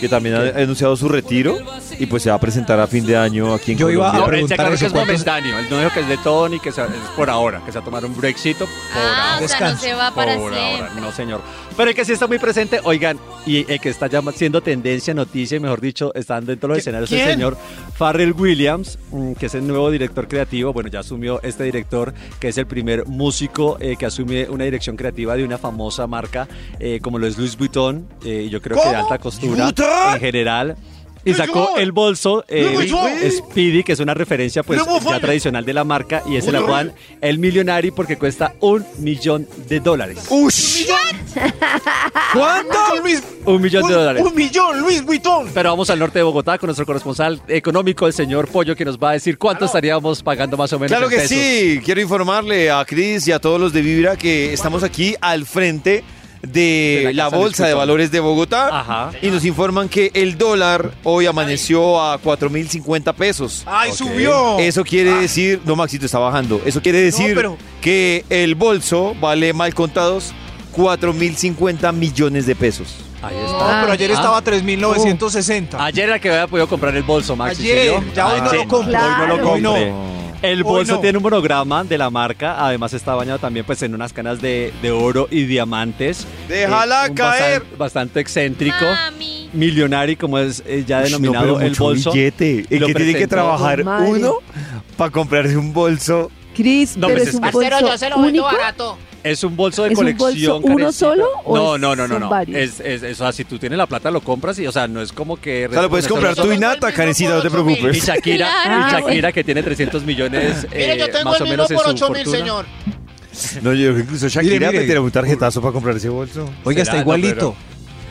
C: que también ha anunciado su retiro y pues se va a presentar a fin de año aquí en
F: Yo iba
C: Colombia.
F: a
J: No, él
F: preguntar
J: se aclaró que
F: eso,
J: es
F: ¿cuántos-
J: momentáneo. Él no dijo que es de todo ni que sea- es por ahora, que se va a tomar un brexito. Por
D: Ah,
J: ahora.
D: o sea, no se va para
J: Por ahora,
D: siempre.
J: no señor. Pero el que sí está muy presente, oigan, y el que está ya siendo tendencia, noticia, y mejor dicho, están dentro de los escenarios el señor Farrell Williams, mm, que es el nuevo director creativo. Bueno, ya asumió este director, que es el primer músico eh, que asume una dirección creativa de una famosa marca eh, como lo es Louis Vuitton, eh, y yo creo que de alta costura en general. Y sacó el bolso eh, Speedy, que es una referencia pues ya tradicional de la marca y es el Juan el millonario porque cuesta un millón de dólares.
F: ¿Cuánto? Luis,
J: Un millón de dólares.
F: millón, Luis Vuitton.
J: Pero vamos al norte de Bogotá con nuestro corresponsal económico, el señor Pollo, que nos va a decir cuánto estaríamos pagando más o menos.
C: Claro
J: en
C: que
J: pesos.
C: sí, quiero informarle a Cris y a todos los de Vibra que estamos aquí al frente de
J: De la
C: la Bolsa
J: Casa
C: de
J: Luis Vuitton.
C: Valores de Bogotá
J: Ajá.
C: y nos informan que el dólar hoy amaneció a 4.050 pesos.
F: ¡Ay, subió!
C: Eso quiere decir, no Maxito está bajando, eso quiere decir
F: pero-
C: que el bolso vale mal contados 4.050 millones de pesos.
J: Ahí
F: No,
J: está.
F: pero ayer
J: Ah.
F: estaba a 3.960.
C: Ah,
J: Ayer era que había podido comprar el bolso, Max. ¿sí
F: Ayer,
J: vio?
F: ya hoy no
J: Ayer.
F: lo compro.
G: Claro.
J: Hoy no lo
F: Hoy no.
J: compré. El
F: Hoy
J: bolso
F: no.
J: tiene un monograma de la marca, además está bañado también pues en unas canas de, de oro y diamantes. Eh,
C: Déjala
J: un
C: caer.
J: bastan- Bastante excéntrico,
D: Mami.
J: millonario como es eh, ya
C: Ush,
J: denominado
C: no, pero
J: el
C: mucho
J: bolso.
C: billete. ¿En
J: Lo
C: qué tiene que
J: presentó.
C: trabajar
G: Madre.
C: uno para comprarse un bolso?
G: Cris,
J: No,
G: pero
J: pues es
G: es un
J: que-
A: Parcero,
G: bolso
A: yo se lo vendo
G: único.
A: barato.
J: Es un bolso de
G: ¿Es un bolso
J: colección.
G: uno
J: Karencita.
G: solo o
J: No,
G: es-
J: no, no, no,
G: son
J: no.
G: varios?
J: Es, es, es- o sea, si tú tienes la plata lo compras y, o sea, no es como que.
C: O sea, lo puedes comprar tú y Nata, Karencita, no te
J: Y
C: preocupes.
J: Shakira,
G: Claro.
J: y Shakira que tiene 300 millones
A: Mire,
J: eh,
A: yo tengo
J: más
A: el
J: o
A: mismo
J: menos en
A: por
J: su
A: 8 mil,
J: fortuna.
A: señor.
C: No, yo incluso Shakira
F: Mire, mire.
C: me tiró un tarjetazo para comprar ese bolso.
F: Oiga, está
J: Será, no,
F: igualito.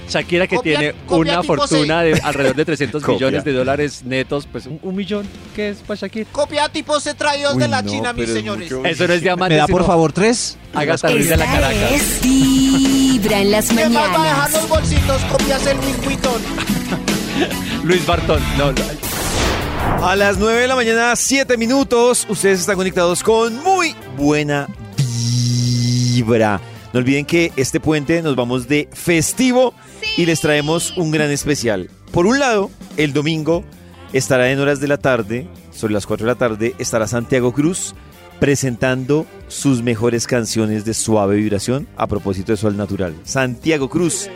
J: Shakira que
A: Copia-
J: tiene
A: copia
J: una
A: tipo
J: fortuna de alrededor de 300
C: Copia.
J: millones de dólares netos, pues un, un millón, ¿qué es para Shakira?
A: Copia tipo se traídos
C: Uy,
A: de la
C: no,
A: China, mis
C: pero es
A: señores.
C: mucho.
J: Eso no es diamante.
F: ¿Me da por
J: sino
F: favor tres?
J: Agatha Ruiz de la
B: Esta
J: Caracas.
B: es Vibra en las
A: ¿Quién más va a dejar
B: mañanas.
A: los bolsitos? Copias el Louis Vuitton.
J: Luis Bartón. No, no.
C: A las 9 de la mañana, 7 minutos, ustedes están conectados con muy buena vibra. No olviden que este puente nos vamos de festivo y les traemos un gran especial. Por un lado, el domingo estará en horas de la tarde, sobre las 4 de la tarde, estará Santiago Cruz presentando sus mejores canciones de suave vibración a propósito de Sol Natural. Santiago Cruz,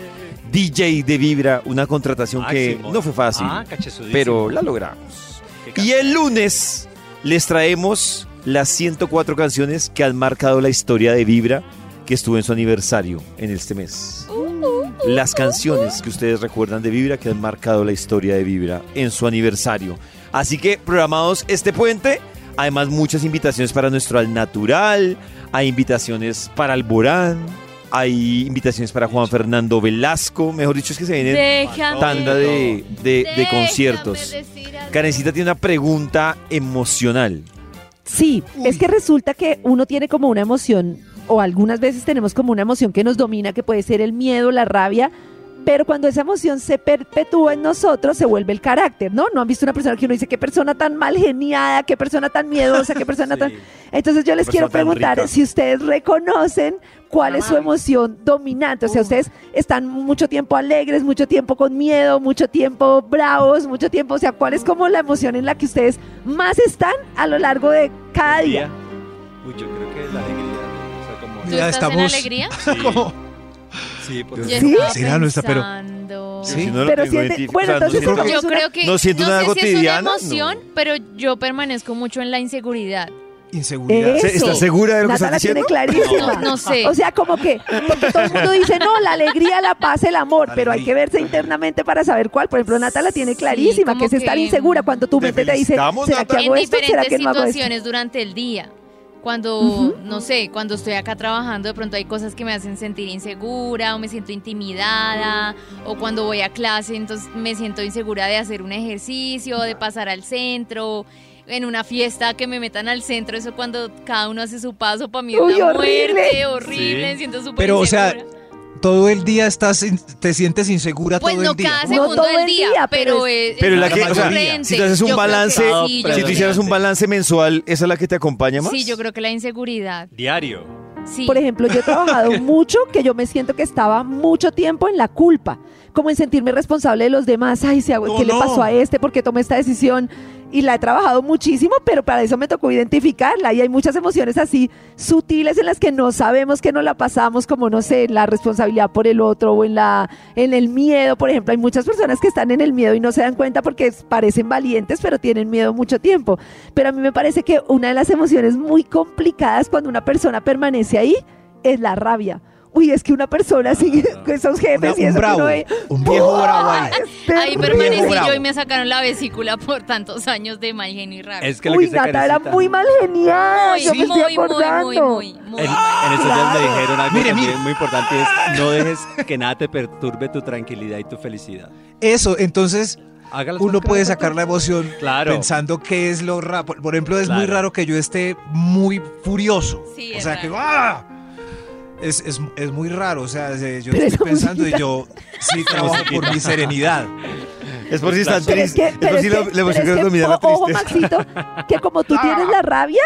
C: DJ de Vibra, una contratación que
J: Máximo.
C: no fue fácil,
J: Ah, cachezudísimo.
C: pero la logramos. Y el lunes les traemos las 104 canciones que han marcado la historia de Vibra que estuvo en su aniversario en este mes. Las canciones que ustedes recuerdan de Vibra que han marcado la historia de Vibra en su aniversario. Así que programados este puente. Además, muchas invitaciones para nuestro Al Natural. Hay invitaciones para Alborán. Hay invitaciones para Juan Fernando Velasco. Mejor dicho, es que se vienen
D: Déjame.
C: tanda de, de- de
D: déjame
C: conciertos.
D: decir algo.
C: Karencita tiene una pregunta emocional.
G: Sí, es que resulta que uno tiene como una emoción, o algunas veces tenemos como una emoción que nos domina, que puede ser el miedo, la rabia, pero cuando esa emoción se perpetúa en nosotros, se vuelve el carácter, ¿no? No han visto una persona que uno dice, qué persona tan mal geniada, qué persona tan miedosa, qué persona tan... Entonces yo les
C: Persona
G: quiero
C: tan rica.
G: preguntar si ustedes reconocen cuál es su emoción dominante. O sea, ustedes están mucho tiempo alegres, mucho tiempo con miedo, mucho tiempo bravos, mucho tiempo. O sea, ¿cuál es como la emoción en la que ustedes más están a lo largo de cada día?
J: Uy, yo creo que la alegría. O sea, como.
D: ¿Tú
F: Ya
D: estás en
F: estamos.
D: alegría?
F: ¿Cómo?
J: Sí, por
D: Yo
G: ¿Sí?
D: estaba
F: Será, no está, pero-
D: pensando-
F: Sí.
C: no lo
G: Pero
C: tengo
G: siente-
C: identificado, o sea,
G: bueno,
C: no
G: entonces
C: siento-
G: como-
D: Yo
G: Es una-
D: creo que
C: no siento nada
D: sé
C: cotidiana,
D: Si es una emoción, pero yo permanezco mucho en la inseguridad.
F: Inseguridad.
G: Eso.
C: ¿Estás segura de lo que
G: Nata
C: estás
G: la tiene
C: diciendo?
G: clarísima.
D: No, no sé.
G: O sea, como que porque todo el mundo dice, no, la alegría, la paz, el amor, pero hay que verse internamente para saber cuál. Por ejemplo, Nata la tiene clarísima,
D: como
G: que es estar
D: que-
G: insegura cuando tu mente te dice,
C: felicitamos,
G: ¿será
C: Nata.
G: que
D: En
G: hago esto? ¿Será
D: diferentes
G: que no hago esto?
D: situaciones durante el día. Cuando, no sé, cuando estoy acá trabajando, de pronto hay cosas que me hacen sentir insegura o me siento intimidada, o cuando voy a clase, entonces me siento insegura de hacer un ejercicio, de pasar al centro, en una fiesta que me metan al centro, eso cuando cada uno hace su paso, para mí es
G: Uy,
D: una
G: horrible.
D: muerte horrible, me siento súper
F: Pero, o sea,
D: insegura.
F: Todo el día estás, in- te sientes insegura
D: Pues
F: todo
D: no
F: el día.
D: cada
G: No
D: segundo
G: todo
D: del
G: el
D: día,
G: día,
D: pero,
G: pero
D: es,
C: Pero
D: es
C: la
D: más
C: que,
F: o sea,
D: recurrente.
C: si tú haces un
D: Yo creo que
C: balance,
D: sí, yo
C: Si
D: creo
C: tú
D: que
C: hicieras
D: sí.
C: un balance mensual, ¿esa es la que te acompaña más?
D: Sí, yo creo que la inseguridad.
J: Diario.
D: Sí.
G: Por ejemplo, yo he trabajado mucho que yo me siento que estaba mucho tiempo en la culpa, como en sentirme responsable de los demás. Ay, si hago-
F: No,
G: ¿qué
F: no.
G: le pasó a este? ¿Por qué tomé esta decisión? Y la he trabajado muchísimo, pero para eso me tocó identificarla. Y hay muchas emociones así sutiles en las que no sabemos que nos la pasamos, como no sé, en la responsabilidad por el otro o en, la, en el miedo. Por ejemplo, hay muchas personas que están en el miedo y no se dan cuenta porque parecen valientes, pero tienen miedo mucho tiempo. Pero a mí me parece que una de las emociones muy complicadas cuando una persona permanece ahí es la rabia. Uy, es que una persona sigue con esos
F: Ah, Una-
G: jefes y
F: un
G: eso que
F: bravo,
G: uno ve,
F: un viejo
G: ¡buah!
F: bravo ahí.
G: Es
D: Ahí
G: terrible.
D: permanecí
F: bravo.
D: yo y me sacaron la vesícula por tantos años de mal genio y rabia.
J: Es que lo
G: Uy,
J: que dice
G: Nata era
J: Karencita-
G: muy mal genial. Yo me
D: muy,
G: estoy acordando.
D: muy, muy, muy,
J: En,
D: muy.
J: en estos días
F: Claro.
J: me dijeron algo
F: Mire,
J: también
F: mire.
J: muy importante es no dejes que nada te perturbe tu tranquilidad y tu felicidad.
F: Eso, entonces
J: Haga las
F: uno
J: cosas que
F: puede
J: le
F: sacar la emoción
J: Claro.
F: pensando qué es lo raro. Por por ejemplo, es muy
J: Claro.
F: raro que yo esté muy furioso.
D: Sí,
F: o
D: es
F: sea,
D: raro.
F: que ¡ah! Es, es- es muy raro, o sea, se- yo
G: Pero esa
F: estoy pensando y
G: musiquita.
F: yo sí trabajo por mi serenidad.
C: Es por si están
G: Pero
C: tristes.
G: es que,
C: Es
G: pero
C: por
G: es
C: si
G: que-
C: la- la
G: pero es
C: emoción que
G: que,
C: domina la
G: o- ojo,
C: tristeza.
G: Maxito, que como tú tienes la rabia,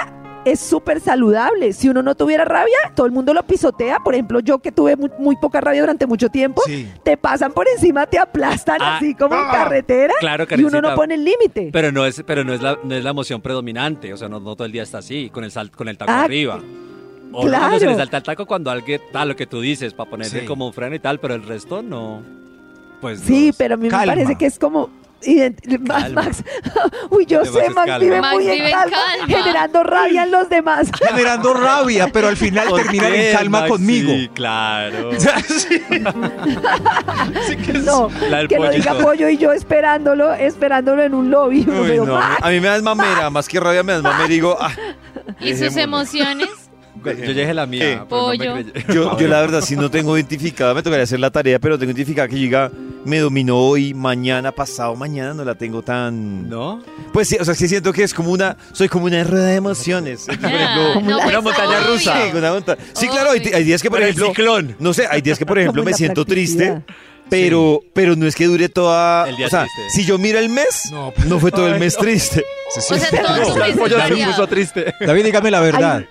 G: es súper saludable. Si uno no tuviera rabia, todo el mundo lo pisotea. Por ejemplo, yo que tuve muy, muy poca rabia durante mucho tiempo,
F: Sí.
G: te pasan por encima, te aplastan
J: Ah,
G: así como en carretera
J: Claro,
G: y uno
J: Karencita.
G: no pone el límite.
J: Pero no es, pero no es la, no es la emoción predominante, o sea, no, no todo el día está así, con el sal- con el taco
G: Ah,
J: arriba. O no, cuando
G: claro.
J: se le salta el taco cuando alguien tal lo que tú dices, para ponerle
F: Sí.
J: como un freno y tal, pero el resto no. Pues
G: Sí,
J: no.
G: pero a mí
F: Calma.
G: me parece que es como... ident- Ma-
J: Calma.
G: Max, uy, yo
J: Lo que
G: sé,
J: pasa es
G: Max
J: calma.
G: vive
D: Max
G: muy
D: vive
G: en
D: en
G: calma,
D: calma.
G: generando rabia en los demás.
F: Generando rabia, pero al final
J: ¿Por
F: terminan
J: qué,
F: en calma
J: Maxi?
F: conmigo.
J: claro.
F: O sea, sí.
G: No,
J: La del
G: que lo
J: pollo.
G: diga Pollo y yo esperándolo, esperándolo en un lobby. Uno,
C: Uy,
G: pero,
C: no,
G: Max,
C: a mí me das mamera, más que rabia me das mamera y digo, ah,
D: ¿Y sus
C: dejémoslo.
D: emociones?
J: Yo yo dije la mía.
C: ¿Qué?
J: pero no me
D: Pollo.
J: creyó.
C: Yo, yo la verdad sí no tengo identificada, me tocaría hacer la tarea, pero tengo identificada que llega, me dominó hoy, mañana, pasado, mañana, no la tengo tan...
J: ¿No?
C: Pues sí, o sea, sí siento que es como una, soy como una rueda de emociones. Por ejemplo,
D: Ah, no,
C: una
D: pues,
C: montaña
D: obvio.
C: rusa. Sí, una monta- sí, claro, hay, hay días que, por
J: Pero el
C: ejemplo...
J: ciclón.
C: No sé, hay días que, por ejemplo,
G: Como
C: me
G: la
C: siento triste,
G: practicidad.
C: pero, pero no es que dure toda...
J: El día
C: o sea,
J: triste. pues,
C: si yo miro el mes, no, fue todo el mes triste.
D: O sea, todo su
J: El
D: mes
J: pollo
D: es
J: se
D: variado.
J: puso triste.
F: David, dígame la verdad.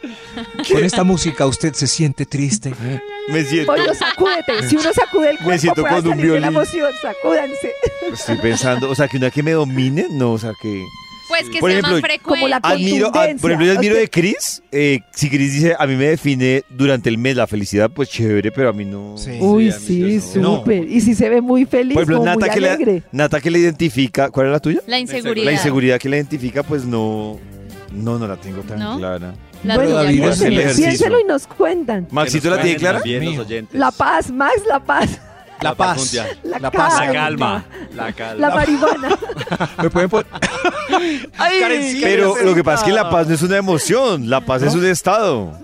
F: Con esta música usted se siente triste.
C: Me siento.
G: Pollo, sacúdete. Si uno sacude el cuerpo,
C: siento
G: puede
C: con un
G: salir de la
C: violín.
G: emoción. Sacúdanse.
C: Estoy pensando, o sea, que una que me domine, no, o sea, que.
D: Pues que
C: Por
D: sea
C: ejemplo,
D: más frecuente.
G: como la
C: Admiro, a- por ejemplo, yo admiro de Chris. eh, si Chris dice, a mí me define durante el mes la felicidad, pues chévere, pero a mí no.
F: Sí.
G: Uy,
J: a mí
G: sí,
J: sí,
C: no.
G: súper. Y si se ve muy feliz,
C: Por ejemplo,
G: como muy
C: Nata que,
G: alegre.
C: le, Nata que le identifica, ¿cuál es la tuya?
D: La inseguridad.
C: La inseguridad que le identifica, pues no, no, no la tengo tan
D: ¿No?
C: clara.
D: La
G: bueno,
D: tuya,
F: David,
D: ¿cuál?
C: es el
G: piénselo,
C: ejercicio.
G: piénselo y nos cuentan.
C: Maxito la tiene clara.
J: Bien,
F: Mío.
J: los oyentes.
G: La paz, Max, la paz.
F: La paz.
G: La,
F: La paz,
G: paz.
F: la
J: Calma. La calma.
G: La marihuana.
F: Me pueden poner- Karencita.
C: Pero lo que pasa es que la paz no es una emoción, la paz es un estado.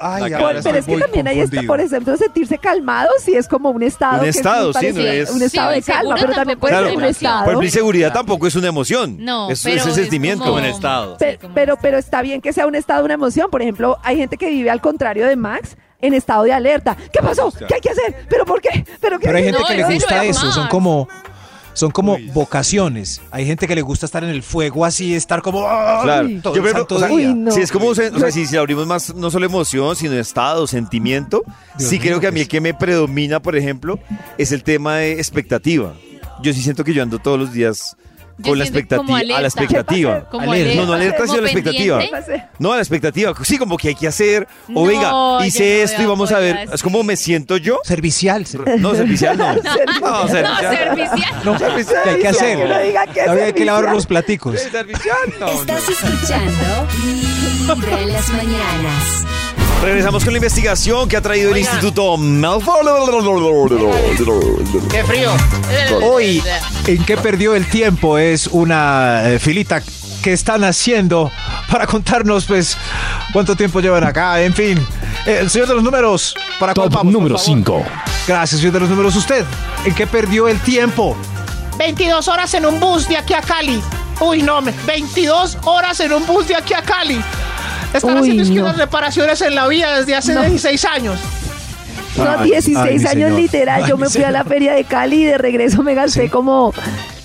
F: Ay,
J: La
F: ahora
J: calma.
F: estoy
G: Pero es que
F: muy
G: también ahí está,
F: confundido.
G: por ejemplo, sentirse calmado si es como un estado.
C: Un
G: que es
C: estado,
G: muy
C: sí, no
G: parecido,
C: es-
G: Un estado
D: Sí,
G: de calma,
D: seguro
G: pero también
D: tampoco
G: puede
C: es
G: ser un
C: una
D: emoción.
G: estado.
C: Por ejemplo, inseguridad tampoco es una emoción.
D: No,
C: es,
D: pero
C: es el
D: es
C: sentimiento.
J: Como
D: como-
J: en estado.
D: Sí,
G: Pe-
D: como-
G: pero, pero está bien que sea un estado de una emoción. Por ejemplo, hay gente que vive al contrario de Max en estado de alerta. ¿Qué pasó? ¿Qué hay que hacer? ¿Pero por qué? ¿Pero, qué
F: Pero hay
G: que
F: gente
D: No,
F: que le
D: ese no
F: gusta
D: es
F: eso, son
D: Max.
F: como son como vocaciones. Hay gente que le gusta estar en el fuego así, estar como ¡ah!
C: Claro.
F: todo el
C: Yo, por ejemplo,
F: santo
C: o sea,
F: día.
G: Uy, no.
C: Si es como, un sen- o sea, si, si abrimos más, no solo emoción, sino estado, sentimiento,
F: Dios
C: sí
F: mío,
C: creo que a mí
F: pues.
C: el que me predomina, por ejemplo, es el tema de expectativa. Yo sí siento que yo ando todos los días
D: Yo
C: con la
D: siento como
C: expectativa, a la
D: alerta.
C: expectativa.
D: Como
F: Alerta.
D: alerta.
C: No, no alerta,
D: como
C: sino la expectativa.
D: pendiente.
C: No, a la expectativa, sí, como que hay que hacer, o
D: No,
C: venga,
D: yo
C: hice
D: no
C: esto y
D: veo
C: vamos a ver,
D: cosas.
C: es como me siento yo.
F: Servicial. ser-
C: No, servicial no. No,
D: No, servicial.
F: No, ¿Qué hay que hacer?
G: Que no diga que es
F: Todavía hay que lavar
G: servicial.
F: los platicos.
B: Estás escuchando Vibra en las mañanas.
C: Regresamos con la investigación que ha traído el Instituto Malfoy.
A: ¡Qué frío! Eh,
F: Hoy, ¿en qué perdió el tiempo? Es una eh, filita que están haciendo para contarnos, pues, cuánto tiempo llevan acá. En fin, Eh, el señor de los números, ¿para cuál
I: Top
F: vamos, por
I: número
F: favor?
I: 5.
F: Gracias, señor de los números. Usted, ¿en qué perdió el tiempo?
A: 22 horas en un bus de aquí a Cali. Uy, no, me- 22 horas en un bus de aquí a Cali. Están
G: Uy,
A: haciendo es que
G: no.
A: unas reparaciones en la vía desde hace
G: No.
A: 16 años.
G: No,
F: Ay,
G: 16
F: ay, mi
G: años
F: señor.
G: literal.
F: Ay,
G: Yo
F: mi
G: me fui a la
F: señor.
G: feria de Cali y de regreso me gasté
F: Sí.
G: como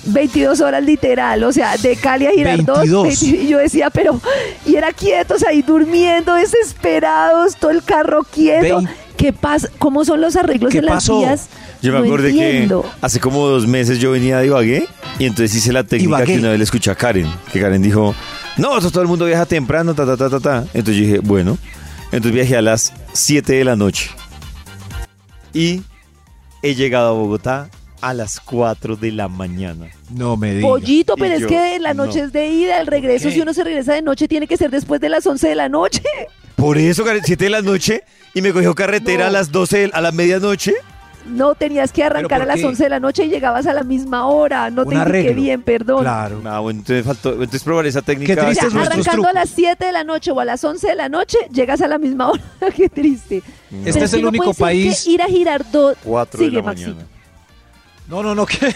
G: 22 horas literal. O sea, de Cali a Girardot.
F: 22.
G: Y yo decía, pero. Y era quietos ahí durmiendo, desesperados, todo el carro quieto.
F: Vein-
G: ¿Qué pasa? ¿Cómo son los arreglos
F: ¿Qué
G: en las
F: pasó?
G: vías?
C: Yo me
G: No
C: acordé
G: entiendo.
C: que hace como dos meses yo venía de Ibagué y entonces hice la técnica
F: Ibagué.
C: que una vez le escuché a Karen, que Karen dijo, no, eso todo el mundo viaja temprano, ta, ta, ta, ta, ta. Entonces yo dije, bueno, entonces viajé a las 7 de la noche y he llegado a Bogotá a las 4 de la mañana.
F: No me diga.
G: Pollito,
C: Y
G: pero es
C: yo,
G: que la noche
C: no.
G: es de ida, el regreso,
F: ¿Qué?
G: si uno se regresa de noche, tiene que ser después de las 11 de la noche.
C: Por eso, Karen, 7 de la noche y me cogió carretera a las 12, de- a la medianoche.
G: No, tenías que arrancar
F: por
G: a las
F: qué?
G: 11 de la noche y llegabas a la misma hora. No
F: Un
G: te indiqué
F: arreglo.
G: bien, perdón.
F: Claro.
C: Ah, bueno, entonces, faltó, entonces probaré esa técnica.
F: Qué
G: O
F: triste
G: sea,
F: Estos nuestros
G: arrancando a
F: trucos.
G: las 7 de la noche o a las 11 de la noche, llegas a la misma hora. Qué triste. Pero
F: Este es
G: que
F: el
G: no
F: único
G: puede ser
F: país.
G: que ir a Girardot.
C: 4 de
G: Sigue,
C: la
G: Maxito.
C: mañana.
F: No, no, no, que.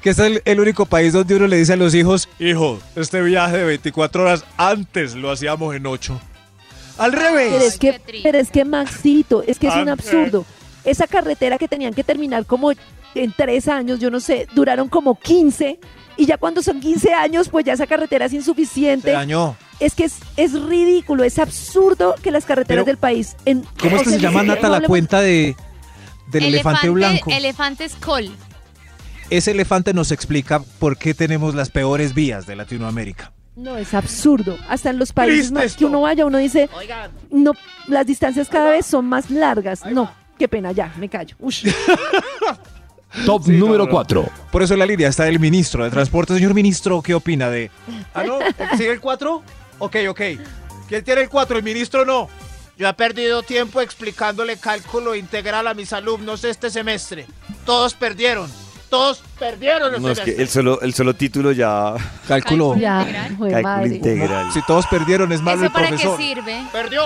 F: Que es el, el único país donde uno le dice a los hijos: Hijo, este viaje de 24 horas antes lo hacíamos en 8. Al
G: Pero
F: revés.
G: es, que,
D: qué triste.
G: pero es que Maxito, es que es un
F: Ah,
G: absurdo. Esa carretera que tenían que terminar como en tres años, yo no sé, duraron como 15. Y ya cuando son 15 años, pues ya esa carretera es
F: Se
G: insuficiente.
F: dañó.
G: Es que es, es ridículo, es absurdo que las carreteras
F: Pero,
G: del país... En,
F: ¿Cómo es que se llama Nata la cuenta de, del elefante, blanco?
D: Elefante es col.
F: Ese elefante nos explica por qué tenemos las peores vías de Latinoamérica.
G: No, es absurdo. Hasta en los países
F: Triste
G: más que
F: esto.
G: uno vaya, uno dice, no, las distancias cada vez son más largas. No, qué pena, ya, me callo. Ush.
I: Top número 4.
F: Por eso en la línea está el ministro de Transporte. Señor ministro, ¿qué opina de.? Ah, no, ¿sigue el 4? Ok, ok. ¿Quién tiene el 4? El ministro no.
A: Yo he perdido tiempo explicándole cálculo integral a mis alumnos este semestre. Todos perdieron. Todos perdieron el
C: No, es que
A: semestre.
C: el solo, el solo título ya.
F: Cálculo.
D: Cálculo.
G: Ya,
D: Integral.
G: jue
C: Cálculo
G: madre.
C: integral.
F: Si todos perdieron, es malo
D: ¿Eso
F: el
D: para qué
F: profesor.
D: sirve?
A: Perdió.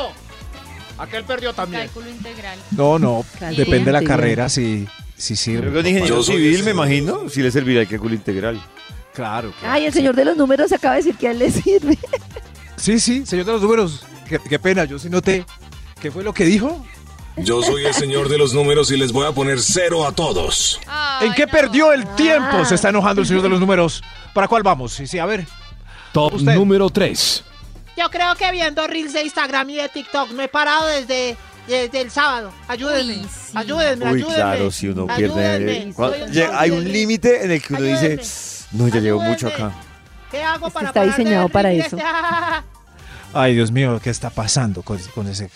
A: Aquel perdió también.
D: Cálculo integral.
F: No, no.
G: Cálculo
F: Depende de la
G: integral.
F: carrera, si, si sirve.
C: Creo que un ingeniero
H: Yo soy
C: civil,
H: ese.
C: me imagino, si le servirá el cálculo integral.
F: Claro. claro.
G: Ay, el señor de los números acaba de decir que a él le sirve.
F: Sí, sí, señor de los números. Qué, qué pena, yo sí noté. ¿Qué fue lo que dijo?
H: Yo soy el señor de los números y les voy a poner cero a todos.
F: ¿En qué perdió
D: Ah.
F: el tiempo? Se está enojando el señor de los números. ¿Para cuál vamos? Sí, sí, a ver.
I: Top
F: Usted.
I: número 3.
A: Yo Yo creo que viendo reels de Instagram y de TikTok no he parado desde, desde el sábado. Ayúdenme,
D: Uy, sí.
A: ayúdenme,
C: Uy,
A: ayúdenme.
C: claro, si uno pierde. eh,
A: Ayúdenme,
C: cuando-
A: soy un
C: llega- hay un
A: zombie.
C: límite en el que uno dice,
A: Ayúdenme.
C: no, ya llevo mucho
A: Ayúdenme.
C: acá.
A: ¿Qué hago
G: Es que
A: para
G: está
A: parar de
G: diseñado
A: ver
G: para
A: reels de
G: eso.
A: este?
F: Ay, Dios mío, ¿qué está pasando con, con ese...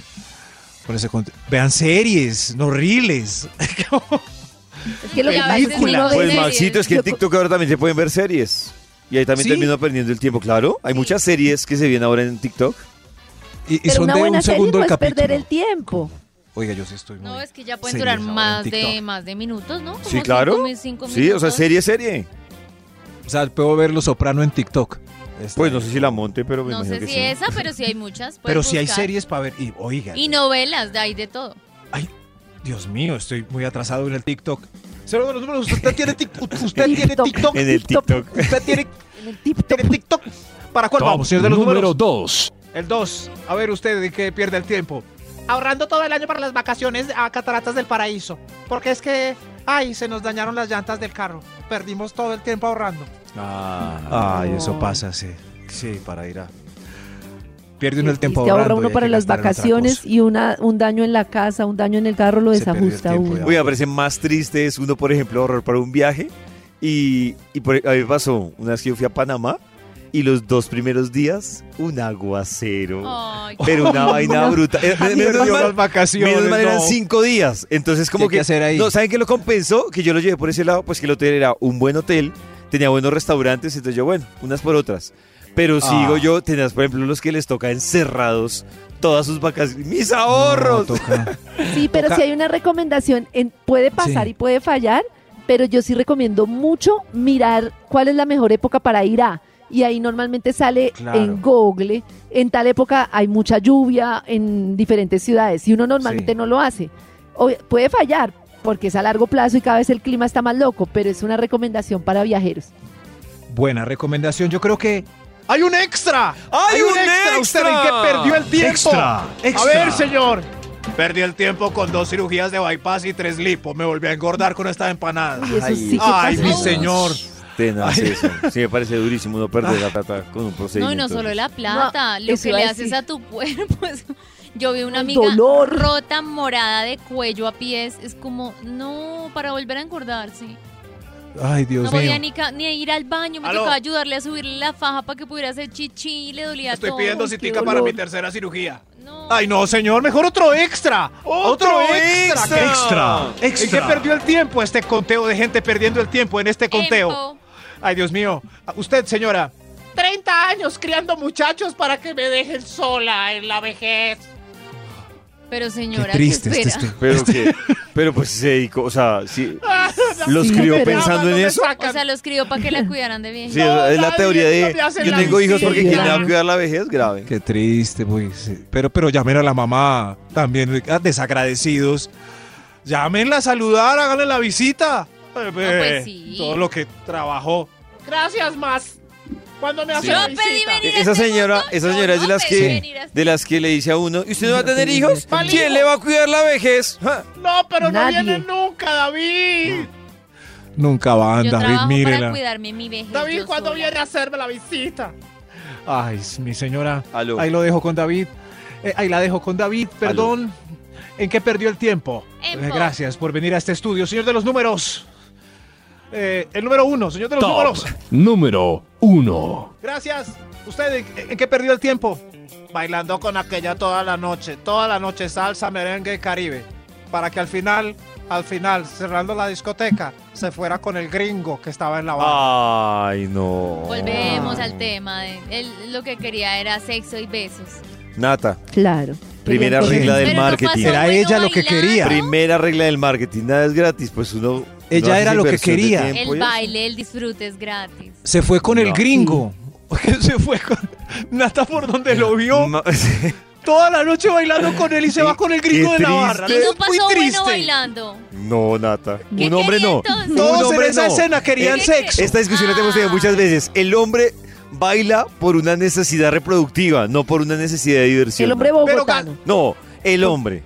F: Con ese cont- Vean series, no reels.
G: Es que lo
D: Y
G: que
D: a
G: pasa es que
D: veces
G: uno
D: no
G: ve-
D: Pues,
C: Pues
D: series.
C: Maxito, es que en
G: Yo-
C: TikTok ahora también se pueden ver series. Y ahí también
F: ¿Sí?
C: termino perdiendo el tiempo, claro. Hay muchas series que se vienen ahora en TikTok.
F: Y, y
G: Pero
F: son
G: una
F: de
G: buena
F: un
G: serie
F: segundo
G: no
F: el
G: es
F: capítulo.
G: perder el tiempo.
F: Oiga, yo sí estoy muy...
D: No, es que ya pueden
F: series
D: durar
F: ahora en
D: más de,
F: TikTok.
D: más de minutos, ¿no? Como
C: Sí, claro.
D: cinco mi- cinco
C: Sí, o sea,
D: minutos.
C: serie, serie.
F: O sea, puedo ver Los Soprano en TikTok. Está
C: Pues no
F: bien.
C: sé si la monte, pero me
D: No
C: imagino
D: sé
C: que
D: si
C: sí.
D: esa, pero sí hay muchas. puedes
F: Pero si hay
D: buscar.
F: series para ver... Y, oiga,
D: Y novelas, de ahí de todo.
F: Dios mío, estoy muy atrasado en el TikTok. Cero de los números, usted tiene TikTok. Usted tiene
G: TikTok.
F: TikTok.
C: En el TikTok.
F: Usted tiene,
G: En el tip
F: tiene TikTok. ¿Para cuál
I: Top
F: vamos, señor de los
I: número
F: números?
I: 2.
F: El 2. A ver usted de qué pierde el tiempo.
A: Ahorrando todo el año para las vacaciones a Cataratas del Paraíso. Porque es que, ay, se nos dañaron las llantas del carro. Perdimos todo el tiempo ahorrando.
F: Ay,
G: No.
F: eso pasa, sí. Sí, para ir a... Pierde uno el
G: Y
F: tiempo
G: se ahorra
F: ahorrando y
G: uno
F: hay
G: para
F: que
G: las
F: gastar en otra
G: vacaciones
F: cosa.
G: y una, un daño en la casa, un daño en el carro lo
F: Se perdió el
G: desajusta
F: tiempo,
G: uno.
C: Oye, me parece más triste es uno, por ejemplo, ahorrar para un viaje. Y, y por, a mí me pasó una vez que yo fui a Panamá y los dos primeros días, un aguacero.
F: Oh.
D: Ay,
C: Pero una vaina bruta. Eh,
F: Ay,
C: menos
F: perdió
C: mal-
F: las vacaciones,
C: Menos mal eran
F: no.
C: cinco días. Entonces,
F: ¿Qué
C: como
F: hay que
C: que.
F: hacer ahí?
C: No, ¿saben qué lo compensó? Que yo lo llevé por ese lado, pues que el hotel era un buen hotel, tenía buenos restaurantes, entonces yo, bueno, unas por otras. Pero
F: Ah.
C: sigo yo, tenías, por ejemplo, los que les toca encerrados todas sus vacaciones. ¡Mis
F: No,
C: ahorros!
F: toca.
G: Sí, pero
F: Toca-
G: si hay una recomendación, en, puede pasar
F: Sí.
G: y puede fallar, pero yo sí recomiendo mucho mirar cuál es la mejor época para ir a. Y ahí normalmente sale
F: Claro.
G: en Google, en tal época hay mucha lluvia en diferentes ciudades y uno normalmente
F: Sí.
G: no lo hace. Obvia- puede fallar porque es a largo plazo y cada vez el clima está más loco, pero es una recomendación para viajeros.
F: Buena recomendación. Yo creo que... ¡Hay un extra!
C: ¡Hay un
F: ¿Usted
C: extra!
F: en qué perdió el tiempo?
I: Extra,
F: A
I: extra.
F: ver, señor. Perdí el tiempo con dos cirugías de bypass y tres lipo. Me volví a engordar con esta empanada.
G: Y eso
C: Ay,
G: sí que
F: Ay,
G: pasa.
F: mi señor.
C: Tenaz eso. Sí, me parece durísimo uno perder la plata con un
D: No,
C: procedimiento.
D: y no solo la plata, lo
G: eso
D: que
G: iba
D: le
G: a
D: haces
G: decir.
D: a tu cuerpo. es- Yo vi una
G: El
D: amiga
G: dolor.
D: rota, morada de cuello a pies. Es como, no, para volver a engordarse.
F: Ay, Dios
D: no podía ni, ca- ni ir al baño, me
F: Aló.
D: tocaba ayudarle a subirle la faja para que pudiera hacer chichi y le dolía todo.
G: Uy, qué dolor.
F: tercera cirugía.
D: No.
F: Ay, no, señor, mejor otro extra. Otro, extra. ¿Qué-
I: extra,
F: ¿En qué
I: extra.
F: perdió el tiempo este conteo de gente perdiendo el tiempo en este conteo?
D: Empo.
F: Ay, Dios mío. A Usted, señora.
A: 30 años criando muchachos para que me dejen sola en la vejez.
D: Pero señora, ¿qué
F: este
D: espera?
C: Pero, que, pero pues se dedicó, o sea, sí, los
G: Sí,
C: crió
G: pero-
C: pensando en
A: me
C: eso.
A: sacan.
D: O sea, los crió para que la cuidaran de bien.
C: Sí, es la
A: nadie,
C: teoría de
A: no me hacen
C: yo
A: la
C: tengo hijos porque quien
G: justicia.
C: le va a cuidar la vejez grave.
F: Qué triste, muy. Pero, pero llamen a la mamá también, ah, desagradecidos. Llámenla a saludar, háganle la visita. Eh, eh,
D: Ah, pues sí.
F: Todo lo que trabajó.
A: Gracias más. Cuando me hacen
D: Yo
A: la
D: pedí
A: visita.
D: venir a
C: E-, Esa
D: este
C: señora,
D: mundo,
C: esa
D: yo
C: señora es de
D: no
C: las
D: pedí
C: que
D: venir a este
C: de las que le dice a uno, ¿y usted no va a tener hijos?
A: Vale.
C: ¿Quién le va a cuidar la vejez? Ah,
A: No, pero
G: Nadie.
A: no vienen nunca, David.
F: Nunca van,
D: Yo
F: David,
D: trabajo para
F: mírela.
D: cuidarme mi vejez.
A: David,
D: yo
A: ¿cuándo
D: sola.
A: viene a hacerme la visita?
F: Ay, mi señora.
C: Aló.
F: Ahí lo dejo con David. Eh, ahí la dejo con David, perdón. ¿En qué perdió el tiempo?
D: Empo.
F: Eh, gracias por venir a este estudio, señor de los números. Eh, el número uno, señor de los
I: Top
F: números.
I: número 1.
F: Gracias. ¿Usted en, en qué perdió el tiempo?
A: Bailando con aquella toda la noche, toda la noche salsa, merengue y caribe.
F: Para que al final, al final, cerrando la discoteca, se fuera con el gringo que estaba en la barra.
C: Ay, no.
D: Volvemos al tema. de- él lo que quería era sexo y besos.
C: Nata,
G: Claro.
C: primera
G: Querían
C: regla
G: correr.
C: del
D: Pero no
C: marketing.
D: pasó,
F: Era
D: bueno,
F: ella lo que
D: bailar,
F: quería.
D: ¿no?
C: Primera regla del marketing, nada es gratis, pues uno
F: Ella
C: uno hace
F: era lo que
C: inversión de
F: quería.
C: tiempo
D: El
C: y eso.
D: baile, el disfrute es gratis.
F: Se fue con el
C: No.
F: gringo. se fue con Nata por donde lo vio.
C: Ma-
F: Toda la noche bailando con él y se va con el gringo
C: qué
F: de la barra.
D: Y no
F: Es muy
D: pasó bueno
F: triste.
D: bailando.
C: No, Nata.
D: ¿Qué
C: Un hombre
D: quería
C: no.
D: entonces? Eh,
C: Un
F: Todos en
C: hombre
F: esa
C: no.
F: escena querían
D: ¿Qué-
F: sexo.
C: Esta discusión la hemos tenido
D: Ah.
C: muchas veces. El hombre baila por una necesidad reproductiva, no por una necesidad de diversión.
G: El hombre
C: Nata.
G: bogotano.
C: No, el hombre.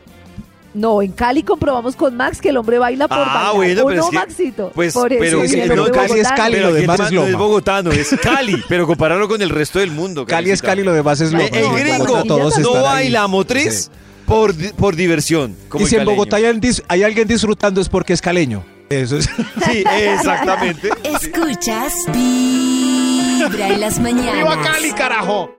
G: No, en Cali comprobamos con Max que el hombre baila por
C: Ah,
G: bailar.
C: bueno,
G: ¿O
C: pero
G: no,
C: es que-
G: Maxito.
C: Pues,
G: Por eso
C: pero
G: es
F: sí,
G: que
C: que
G: el
F: pero
G: hombre
F: Cali es
G: bogotano.
F: Cali,
C: pero
F: lo
C: que el
F: demás
C: man
F: es
C: no es
F: Loma.
C: bogotano, es Cali. pero compararlo con el resto del mundo.
F: Cali es
C: Karencita.
F: Cali, lo demás es lo
C: Eh, El,
G: No,
C: gringo
G: Bogotá todos
C: no
G: están
C: baila motriz por, di- por diversión. Como
F: Y
C: el
F: si en
C: caleño.
F: Bogotá hay, alguien dis- hay alguien disfrutando es porque es caleño. Eso es.
C: Sí, exactamente.
B: Escuchas Vibra en las mañanas.
A: ¡Viva Cali, carajo!